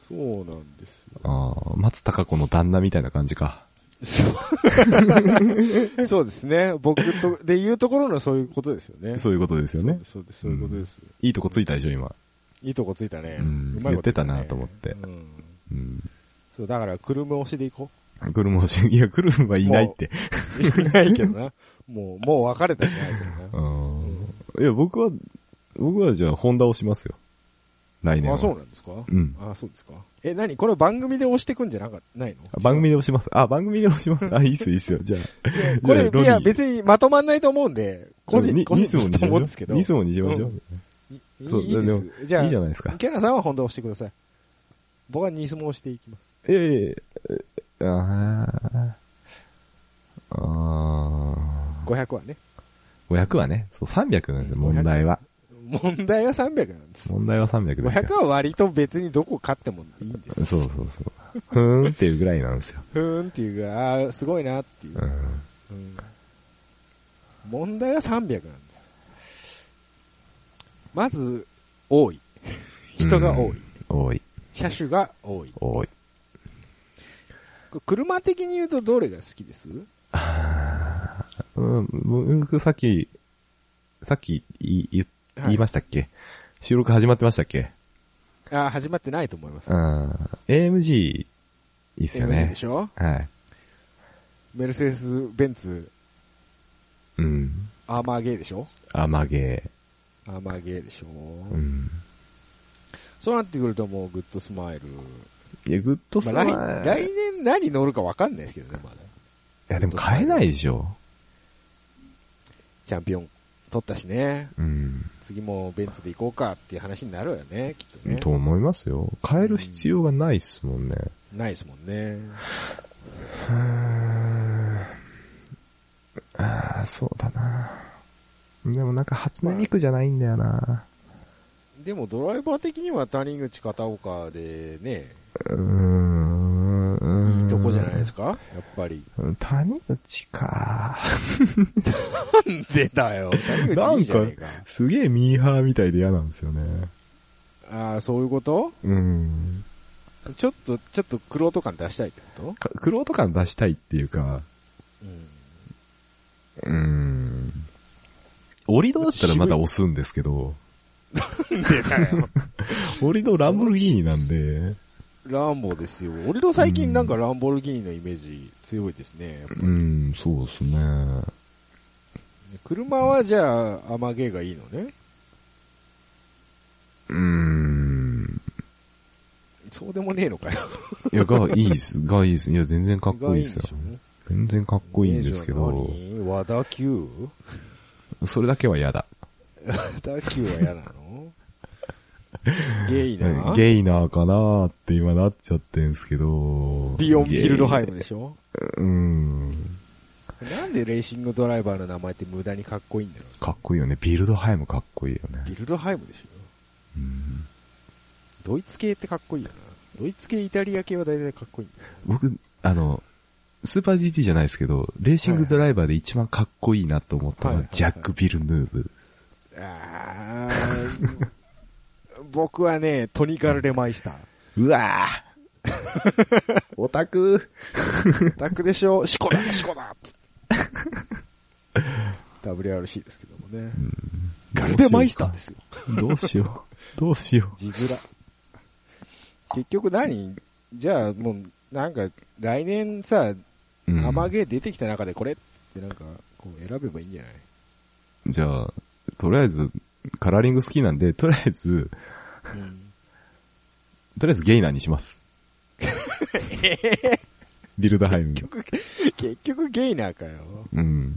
Speaker 1: そうなんですよ。
Speaker 2: ああ、松高子の旦那みたいな感じか。
Speaker 1: そう。そうですね。僕と、で言うところのそういうことですよね。
Speaker 2: そういうことですよね。
Speaker 1: そうです、そういうことです。
Speaker 2: いいとこついたでしょ、今。
Speaker 1: いいとこついたね。
Speaker 2: うん
Speaker 1: うまいことね
Speaker 2: 言ってたなと思って
Speaker 1: うん
Speaker 2: うん。
Speaker 1: そう、だから、クルム推しでいこ
Speaker 2: クルム欲しい。い <laughs> や、クルムはいないって。
Speaker 1: う。 <laughs> いないけどな。もう、もう別れたじゃないですよな。
Speaker 2: うん。いや、僕は、僕はじゃあ、ホンダをしますよ。来年は。
Speaker 1: あ、そうなんですか
Speaker 2: うん
Speaker 1: あ、そうですか。え、なにこれ番組で押してくんじゃなかない
Speaker 2: あ
Speaker 1: の
Speaker 2: 番組で押します。あ、番組で押
Speaker 1: <laughs>
Speaker 2: します。あ、いいっすよ、いいっすよ。じゃあ。
Speaker 1: これ、
Speaker 2: ロニー
Speaker 1: いや、別にまとまんないと思うんで、個人、個人だと思うんですけど。
Speaker 2: ニスもにしましょ
Speaker 1: うん
Speaker 2: う。
Speaker 1: い
Speaker 2: そう
Speaker 1: いいで
Speaker 2: ですも。
Speaker 1: じゃあ、
Speaker 2: いいじゃないですか
Speaker 1: キャラさんは本当押してください。僕はニスモ押していきます。
Speaker 2: いやいやいや、あーあ
Speaker 1: 500はね。
Speaker 2: ー、500はね、そう、300なんですよ、問題は。
Speaker 1: 問題は300なんです。
Speaker 2: 問題は300です
Speaker 1: 500
Speaker 2: よ。
Speaker 1: は割と別にどこ勝ってもいいんです。
Speaker 2: そうそうそう。ふーんっていうぐらいなんですよ。
Speaker 1: ふーんっていうか、あーすごいなっていう
Speaker 2: う。ん。
Speaker 1: うん問題は300なんです。まず、多い。 <laughs> 人が多い。
Speaker 2: 多い、
Speaker 1: 車種が多い。
Speaker 2: 多い。
Speaker 1: これ車的に言うとどれが好きです
Speaker 2: うん、僕さっき、さっき言い言
Speaker 1: はい
Speaker 2: 言いましたっけ、収録始まってましたっけ
Speaker 1: あー始まってないと思います
Speaker 2: う。ん。AMG、いいっすよ
Speaker 1: MG
Speaker 2: ね
Speaker 1: で。しょ
Speaker 2: はい。
Speaker 1: メルセデス・ベンツ、
Speaker 2: うん。
Speaker 1: アーマーゲーでしょ
Speaker 2: あ、曲げ。
Speaker 1: アーマーゲーでしょ、
Speaker 2: うん。
Speaker 1: そうなってくるともうグッドスマイル。
Speaker 2: いや、グッドス
Speaker 1: ま
Speaker 2: マ
Speaker 1: あ
Speaker 2: イ
Speaker 1: 来
Speaker 2: ル。
Speaker 1: 来年何乗るかわかんないですけどね、まだ。
Speaker 2: いや、でも買えないでしょ。
Speaker 1: チャンピオン取ったしね。
Speaker 2: うん。
Speaker 1: 次もベンツで行こうかっていう話になるよね、きっとね。
Speaker 2: と思いますよ。変える必要がないっすもんね。
Speaker 1: ないですもんね。
Speaker 2: ああ、そうだな。でもなんか初音ミクじゃないんだよな。
Speaker 1: でもドライバー的には谷口片岡でね、
Speaker 2: うーん。
Speaker 1: いいとこじゃないですかやっぱり。
Speaker 2: 谷口か。
Speaker 1: なんでだよ。谷口いいじゃねえか。
Speaker 2: すげえミーハーみたいで嫌なんですよね。
Speaker 1: ああー、そういうこと
Speaker 2: うん。
Speaker 1: ちょっと、ちょっと苦労と感出したいってこと
Speaker 2: か、クロート感出したいっていうか、
Speaker 1: うん。
Speaker 2: うーん。折り戸だったらまだ押すんですけど、
Speaker 1: でだよ。
Speaker 2: 折り戸ランボルギーニなんで、
Speaker 1: ランボですよ。俺の最近なんかランボルギーニのイメージ強いですね。
Speaker 2: うん、そうですね。
Speaker 1: 車はじゃあ、アマゲーがいいのね。
Speaker 2: うーん。
Speaker 1: そうでもねえのかよ。
Speaker 2: いや、が、いいっす。が、いいっす。いや、全然かっこいいっすよ
Speaker 1: 意。外に
Speaker 2: 全然かっこいいん
Speaker 1: で
Speaker 2: で
Speaker 1: し
Speaker 2: す
Speaker 1: ょ
Speaker 2: けど
Speaker 1: イ、メージは何和田急
Speaker 2: それだけは嫌だ。
Speaker 1: 和田急は嫌な
Speaker 2: <laughs>
Speaker 1: のゲイな。
Speaker 2: ゲイナーかなーって今なっちゃってんすけど、
Speaker 1: ビヨン・ビルドハイ
Speaker 2: ゲ
Speaker 1: ムでしょ
Speaker 2: イうん。
Speaker 1: <laughs> なんでレーシングドライバーの名前って無駄にかっこいいんだろ
Speaker 2: かっこいいよね。ビルドハイムかっこいいよ
Speaker 1: う。ビ
Speaker 2: ね。
Speaker 1: ルドハイムでしょ
Speaker 2: うん
Speaker 1: ドイツ系ってかっこいいよな。ドイツ系、イタリア系は大体かっこいいんだよ。
Speaker 2: 僕、あの、スーパー GT じゃないですけど、レーシングドライバーで一番かっこいいなと思ったの
Speaker 1: はい
Speaker 2: は
Speaker 1: はい
Speaker 2: ジャック・ビルヌーブ。
Speaker 1: あー僕はね、トニカル・レマイスター。
Speaker 2: うわぁオタク
Speaker 1: タックでしょシコだシコだっつって WRC ですけどもね。ガルデマイスターですよ。
Speaker 2: どうしよう。どうしよ
Speaker 1: 字面。結局何じゃあもう、なんか、来年さ、
Speaker 2: うん。
Speaker 1: 生ゲー出てきた中でこれってなんか、こう選べばいいんじゃない
Speaker 2: じゃあ、とりあえず、カラーリング好きなんで、とりあえず、
Speaker 1: うん。
Speaker 2: とりあえずゲイナーにし <laughs> ます。ビルダハイム。
Speaker 1: 結局ゲイナーかよ。
Speaker 2: うん。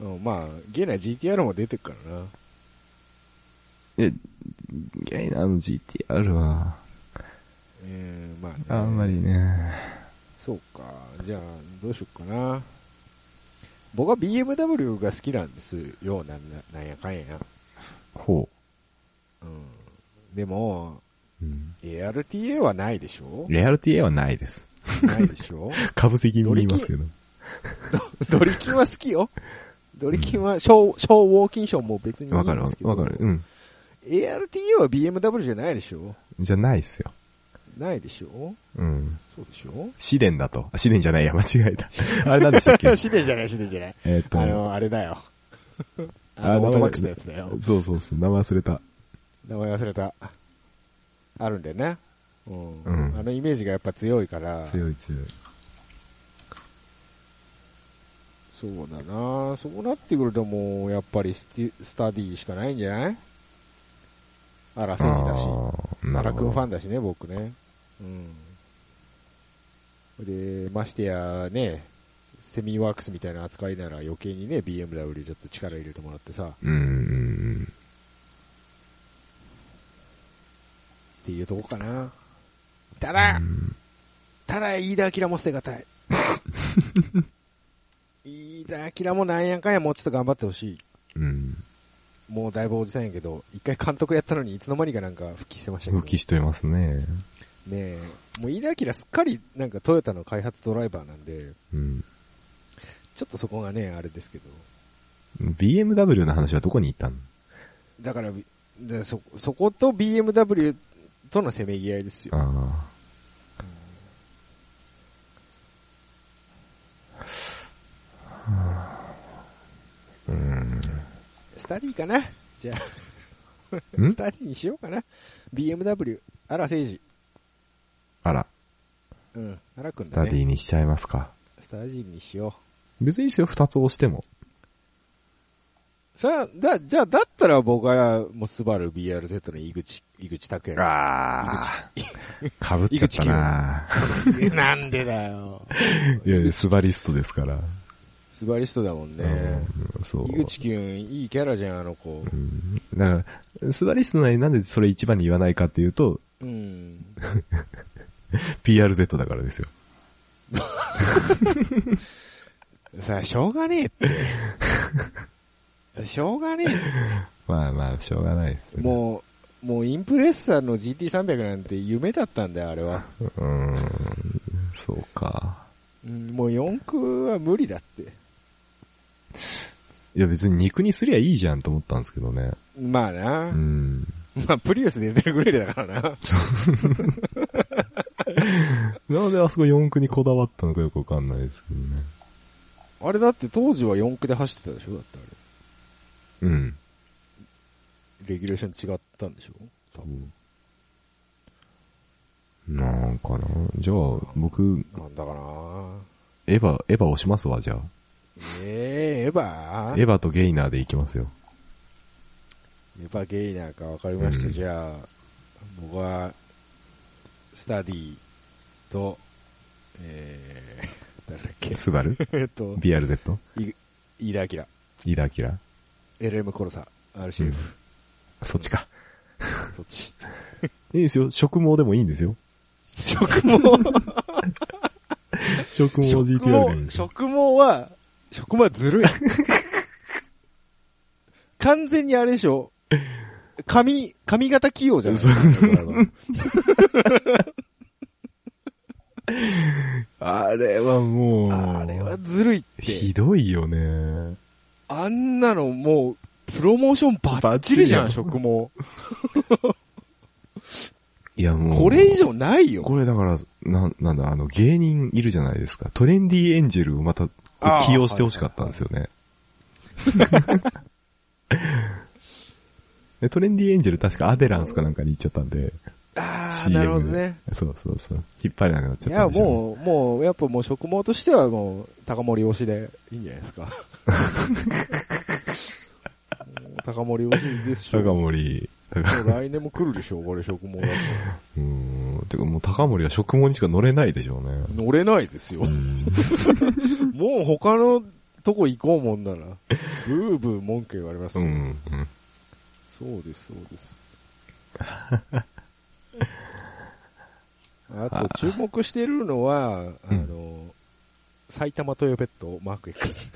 Speaker 1: うん、まあ、ゲイナー GTR も出てくからな。
Speaker 2: え、ゲイナーの GTR は、
Speaker 1: うん、まあ、ね、
Speaker 2: あんまりね。
Speaker 1: そうか。じゃあ、どうしようかな。僕は BMW が好きなんですよ、なんだなんやかんや。
Speaker 2: ほ
Speaker 1: うん。でも、
Speaker 2: う。うん。
Speaker 1: ARTA はないでし <laughs> ょ
Speaker 2: レアル TA はないです。
Speaker 1: ないでしょ
Speaker 2: 株的に言いますけど。
Speaker 1: <laughs> ドリキンは好きよ。ドリキンは、小、小ウォーキンションも別にいい
Speaker 2: わか
Speaker 1: ん
Speaker 2: る
Speaker 1: ですけど。
Speaker 2: わかる。うん。
Speaker 1: ARTA は BMW じゃないでしょ
Speaker 2: じゃないっすよ。
Speaker 1: ないでしょ
Speaker 2: うん。
Speaker 1: そうでしょ
Speaker 2: 試練だと。あ試練じゃないや、間違 <laughs> えた。あれなんでしたっけ
Speaker 1: 死ねじゃない、死ねじゃない。
Speaker 2: えっと、
Speaker 1: あの、あれだ
Speaker 2: <laughs>
Speaker 1: よ。
Speaker 2: あ
Speaker 1: あの、オート
Speaker 2: 名前
Speaker 1: バックスのやつだよ。
Speaker 2: そうそうそう、名前忘れた。
Speaker 1: 名前忘れた。あるんだよね。うん。
Speaker 2: うん
Speaker 1: あのイメージがやっぱ強いから。
Speaker 2: 強い強い。
Speaker 1: そうだなそうなってくるともう、やっぱりスティスタディしかないんじゃないあら、選手だし。
Speaker 2: あーな
Speaker 1: 奈
Speaker 2: る
Speaker 1: 良
Speaker 2: ほ
Speaker 1: くんファ
Speaker 2: ど。
Speaker 1: ンだしね、僕ね。うん。で、ましてやね、セミワークスみたいな扱いなら余計にね、BMW ちょっと力入れてもらってさ、っ
Speaker 2: うんうん
Speaker 1: ていうとこかな。た
Speaker 2: う
Speaker 1: だ、
Speaker 2: ん。
Speaker 1: ただ、飯田明も捨てがた
Speaker 2: <laughs>
Speaker 1: い。飯田明もなんやかんやもうちょっと頑張ってほしい。
Speaker 2: うん。
Speaker 1: もうだいぶおじさんやけど、一回監督やったのにいつの間にかなんか復帰してましたけど。
Speaker 2: 復帰してますね。
Speaker 1: ねえ。もう飯田明すっかりなんかトヨタの開発ドライバーなんで、
Speaker 2: うん。
Speaker 1: ちょっとそこがね、あれですけど。
Speaker 2: BMW の話はどこに行ったの
Speaker 1: だから、でそ、そこと BMW とのせめぎ合いですよ。
Speaker 2: ああ。うん。
Speaker 1: スタディかなじゃあ、 <laughs>
Speaker 2: ん
Speaker 1: スタディにしようかな。BMW、荒誠治。
Speaker 2: あら、
Speaker 1: うん、荒くん
Speaker 2: ス
Speaker 1: だ
Speaker 2: タ
Speaker 1: ね。
Speaker 2: ディにしちゃいますか。
Speaker 1: スタディにしよ
Speaker 2: 別にですよ、二つ押しても。
Speaker 1: う。さあ、だ、じゃあ、だったら僕は、もう、スバル BRZ の井口、井口拓也。
Speaker 2: ああ。かぶっちゃったな
Speaker 1: <laughs> なんでだよ。
Speaker 2: いやいや、スバリストですから。
Speaker 1: スバリストだもんね。
Speaker 2: うんそう。
Speaker 1: 井口くん、いいキャラじゃん、あの子。
Speaker 2: うんだから、スバリストなのになんでそれ一番に言わないかっていうと、
Speaker 1: うん。
Speaker 2: PRZ だからですよ。
Speaker 1: さあ、しょうがねえって。 <laughs> しょうがねえ
Speaker 2: まあまあ、しょうがないですね。
Speaker 1: もう、もうインプレッサーの GT300 なんて夢だったんだよ、あれは。
Speaker 2: う。うん、そうか。
Speaker 1: うん、もう4駆は無理だって。
Speaker 2: いや別に肉にすりゃいいじゃんと思ったんですけどね。
Speaker 1: まあな。
Speaker 2: うん。
Speaker 1: まあ、プリウスで出てくれるだからな。
Speaker 2: なのであそこ四駆にこだわったのかよくわかんないですけどね。
Speaker 1: あれだって当時は4駆で走ってたでしょだってあ
Speaker 2: うん。
Speaker 1: れ。レギュレーション違ったんでしょ多分。
Speaker 2: なんかな。じゃあ、僕、
Speaker 1: なんだかな
Speaker 2: エヴァ、エヴァ押しますわ、じゃ
Speaker 1: ええエヴ
Speaker 2: あ。
Speaker 1: ァ
Speaker 2: エヴァとゲイナーでいきますよ。
Speaker 1: エヴァゲイナーかわかりました。
Speaker 2: うん
Speaker 1: じゃあ、僕は、スタディと、えー、 <laughs> 誰だっけ
Speaker 2: スバ <laughs> ル
Speaker 1: えっと、
Speaker 2: ?BRZ?
Speaker 1: い飯田明。
Speaker 2: 飯田明
Speaker 1: LM コロサ、RCF、
Speaker 2: そっちか。
Speaker 1: そっち。
Speaker 2: いいですよ。植毛でもいいんですよ。
Speaker 1: 食
Speaker 2: <laughs>
Speaker 1: 毛
Speaker 2: 植毛 GTR
Speaker 1: 食
Speaker 2: でもいいん
Speaker 1: 毛、
Speaker 2: ですよ。
Speaker 1: 食毛は、食毛はずる
Speaker 2: <laughs>
Speaker 1: い。完全にあれでしょ髪、髪型器用じゃない
Speaker 2: あれはもう、
Speaker 1: あれはずるいって。
Speaker 2: ひどいよね。
Speaker 1: あんなのもう、プロモーションバッチリじゃ
Speaker 2: バ
Speaker 1: ん、
Speaker 2: ッチリ
Speaker 1: 食毛。
Speaker 2: いやもう。
Speaker 1: これ以上ないよ。
Speaker 2: これだから、なん、なんだ、あの、芸人いるじゃないですか。トレンディエンジェルをまた、こう
Speaker 1: あー
Speaker 2: 起用してほしかったんですよ
Speaker 1: <laughs>
Speaker 2: ね。でトレンディエンジェル確かアデランスかなんかに行っちゃったんで、
Speaker 1: ああ、
Speaker 2: CM
Speaker 1: なるほどね。
Speaker 2: そうそうそう。引っ張れなくなっち
Speaker 1: い
Speaker 2: ゃ
Speaker 1: や、
Speaker 2: ったんでしょうね。
Speaker 1: もう、もう、やっぱもう職毛としてはもう、高森推しでいいんじゃないですか。
Speaker 2: <laughs>
Speaker 1: もう高森推しですしょ。
Speaker 2: 高
Speaker 1: も
Speaker 2: 森。
Speaker 1: う来年も来るでしょ、これ職毛だと。
Speaker 2: うーん。てかもう高森は食毛にしか乗れないでしょうね。
Speaker 1: 乗れないですよ
Speaker 2: う。ん。
Speaker 1: もう他のとこ行こうもんなら、ブーブー文句言われます
Speaker 2: う
Speaker 1: よ。
Speaker 2: ん。うん
Speaker 1: そうです、そうです。
Speaker 2: <laughs>
Speaker 1: あと、注目してるのは、あ
Speaker 2: うん
Speaker 1: の、埼玉トヨペットマーク
Speaker 2: <laughs>
Speaker 1: X。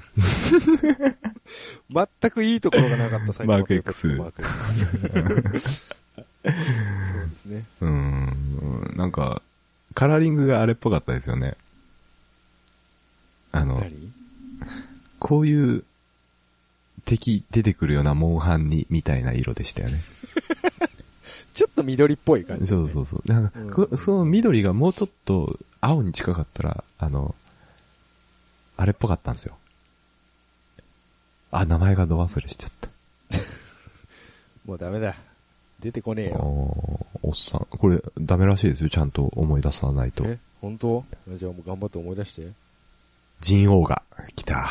Speaker 1: 全くいいところがなかった埼玉トヨペット
Speaker 2: マ
Speaker 1: マ
Speaker 2: ー
Speaker 1: ーク X。そうですね。
Speaker 2: うん。なんか、カラーリングがあれっぽかったですよね。 <laughs> あの、
Speaker 1: 何
Speaker 2: こういう敵出てくるようなモンハンに、みたいな色でしたよね。
Speaker 1: ちょっと緑っぽい感じ、。
Speaker 2: そうそううそう。なんか、こその緑がもうちょっと青に近かったら、あの、あれっぽかったんですよ。あ、名前がど忘れしちゃった。
Speaker 1: もうダメだ。出てこねえよ。
Speaker 2: おおっさん。これ、ダメらしいですよ。ちゃんと思い出さないと。
Speaker 1: え本当じゃあもう頑張って思い出して。って
Speaker 2: ジンオーガ。来た。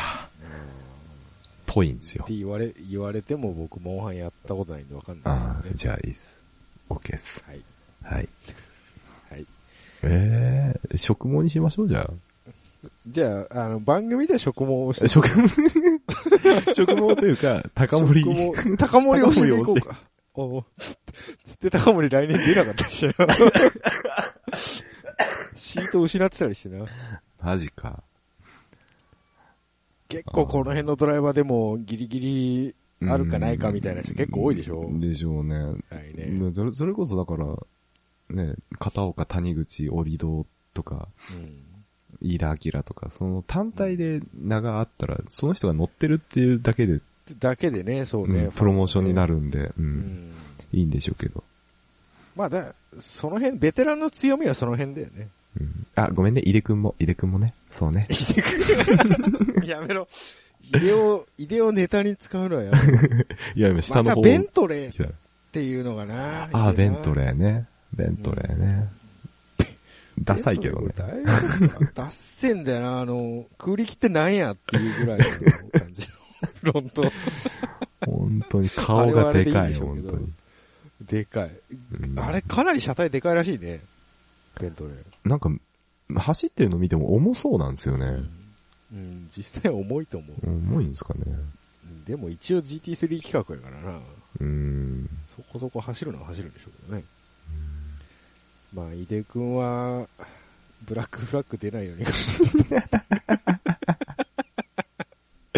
Speaker 2: ぽいんですよ。
Speaker 1: 言われ、言われても僕、モンハンやったことないんでわかんない
Speaker 2: ああ、
Speaker 1: です
Speaker 2: じ
Speaker 1: よね。
Speaker 2: ゃあいいです。OK です。
Speaker 1: はい。
Speaker 2: はい。
Speaker 1: はい。
Speaker 2: ええー、食毛にしましょう、じゃ
Speaker 1: じゃあ、あの、番組で食毛をし
Speaker 2: あ。
Speaker 1: て、
Speaker 2: 食毛、 <laughs> 食毛というか、高森。
Speaker 1: 食毛高森をしていこうか。おう <laughs> つって高森来年出なかった
Speaker 2: <laughs>
Speaker 1: しな。シート失ってたりしてな。
Speaker 2: マジか。
Speaker 1: 結構この辺のドライバーでもギリギリあるかないかみたいな人結構多いでしょ
Speaker 2: でしょうね。
Speaker 1: 来年。
Speaker 2: ねそれそれこそだから、ね、片岡、谷口、折戸とか、
Speaker 1: うん
Speaker 2: 飯田明とか、その単体で名があったら、その人が乗ってるっていうだけで、
Speaker 1: だけでね、そう
Speaker 2: う
Speaker 1: ね
Speaker 2: ん。プロモーションにな
Speaker 1: る。
Speaker 2: るんで、う、
Speaker 1: うんん。
Speaker 2: いいんでしょうけど。
Speaker 1: まあだ、その辺、ベテランの強みはその辺だよ
Speaker 2: <laughs>
Speaker 1: ね。
Speaker 2: うんあ、ごめんね、井出くんも、井出くんもね、そうね。
Speaker 1: やめろ。 <laughs> イデオ、イデオネタに使うのはやめろ
Speaker 2: いや、今下
Speaker 1: ま
Speaker 2: の
Speaker 1: た
Speaker 2: 方。
Speaker 1: ベントレーっ
Speaker 2: 嫌い
Speaker 1: ていうのがな。
Speaker 2: ああ、
Speaker 1: いい
Speaker 2: ベ
Speaker 1: よな
Speaker 2: ントレーね。ベントレーね。ダサいけどね
Speaker 1: ベ。ントレーこれだいぶダッセんだよな、あの、空力ってなんやっていうぐらいの感じの <laughs> 論と。
Speaker 2: 本当に顔がで
Speaker 1: あれはあ
Speaker 2: か
Speaker 1: れでいいんで
Speaker 2: い、
Speaker 1: しょう
Speaker 2: 本
Speaker 1: けど
Speaker 2: 当に。
Speaker 1: でかい。
Speaker 2: うん
Speaker 1: あれ、かなり車体でかいらしいね。ベントレー。
Speaker 2: なんか、走ってるの見ても重そうなんですよね。
Speaker 1: うん、実際重いと思う。
Speaker 2: 重いんですかね。
Speaker 1: でも一応 GT3 企画やからな。
Speaker 2: うん。
Speaker 1: そこそこ走るのは走るんでしょうけどね。まあ、井出くんは、ブラックフラッグ出ないように。
Speaker 2: <laughs>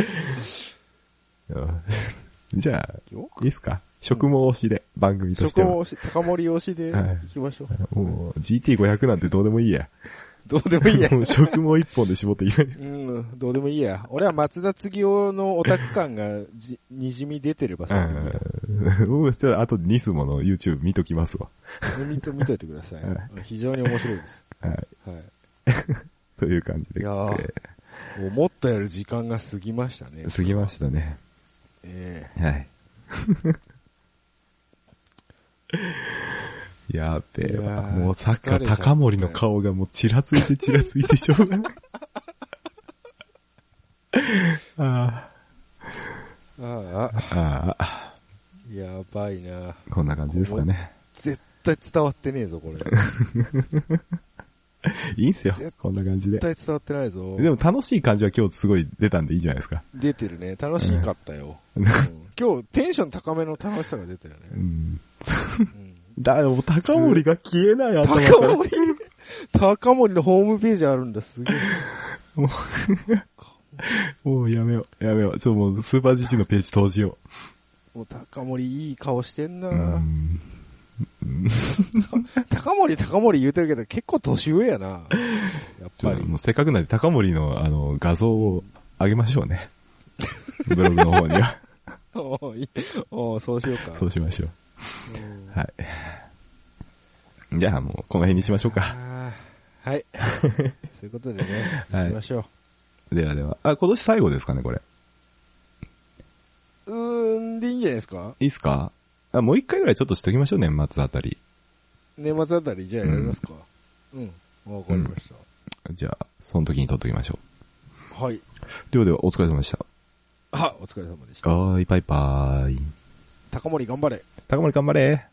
Speaker 2: じゃあ、 <laughs> いいっすか食毛推しで、番組とし
Speaker 1: 食
Speaker 2: て
Speaker 1: を
Speaker 2: は。
Speaker 1: 押し、高森推しで行きましょう。
Speaker 2: もう、GT500 なんてどうでもいいや。
Speaker 1: どうでもいいや。
Speaker 2: もう食毛一本で絞っていい。
Speaker 1: <laughs> うん、どうでもいいや。俺は松田継夫のオタク感がじ、にじみ出てれば
Speaker 2: う
Speaker 1: さ、
Speaker 2: ん。僕、ちょっと後でニスモの YouTube 見ときますわ。
Speaker 1: 見と見といてください。非常に面白いです。
Speaker 2: はい。
Speaker 1: はい。
Speaker 2: という感じで。
Speaker 1: いやー思ったより時間が過ぎましたね
Speaker 2: えー。過ぎましたね。
Speaker 1: え
Speaker 2: はい。 <laughs> やべえ
Speaker 1: いや
Speaker 2: わ。
Speaker 1: ー
Speaker 2: もうさっきから
Speaker 1: 疲れちゃった
Speaker 2: 高森の顔がもうちらついてちらついてしょうがない。あ
Speaker 1: えあ
Speaker 2: あ、ああ、
Speaker 1: あ、やばいな。
Speaker 2: こんな感じですかね。
Speaker 1: 絶対伝わってねえぞ、
Speaker 2: <laughs>
Speaker 1: これ。
Speaker 2: いいんすよ。こんな感じで。
Speaker 1: 絶対伝わってないぞ。
Speaker 2: でも楽しい感じは今日すごい出たんでいいじゃないですか。
Speaker 1: 出てるね。楽しかったよ。うん今日、テンション高めの楽しさが出たよ
Speaker 2: う
Speaker 1: ね。う
Speaker 2: ん。
Speaker 1: ん
Speaker 2: <laughs> だ、でも高森が消えない頭から。
Speaker 1: 高森、高森のホームページあるんだ、すげえ。
Speaker 2: もう、もうやめよう。やめよう。ちょ、もうスーパー GT のページ投じよ
Speaker 1: もう高森いい顔してんな、
Speaker 2: う。うん。
Speaker 1: 高森高森言うてるけど結構年上やな。やっ
Speaker 2: ち
Speaker 1: ぱ
Speaker 2: ょっとも
Speaker 1: り。
Speaker 2: うせっかくなんで高森のあの画像を上げましょうね。ブログの方には。
Speaker 1: <laughs> おういおうそうしようか。
Speaker 2: そうしましょう。はい。じゃあもうこの辺にしましょうか。
Speaker 1: あー
Speaker 2: <laughs>
Speaker 1: はい。そういうことでね、
Speaker 2: はい
Speaker 1: 行きましょ
Speaker 2: ではでは。あ、今年最後ですかね、これ。
Speaker 1: う。うーん、でいいんじゃないですか
Speaker 2: いいっすかあ、もう一回ぐらいちょっとしときましょう、年末あたり。
Speaker 1: 年末あたりじゃあやりますか。うん。わ、かりまし
Speaker 2: じゃあ、その時に撮っときましょ
Speaker 1: た、はい。
Speaker 2: う。ではでは、お疲れ様でした。
Speaker 1: あ、お疲れ様でした。
Speaker 2: はーい、バイバーイ。
Speaker 1: 高森頑張れ。
Speaker 2: 高森頑張れ。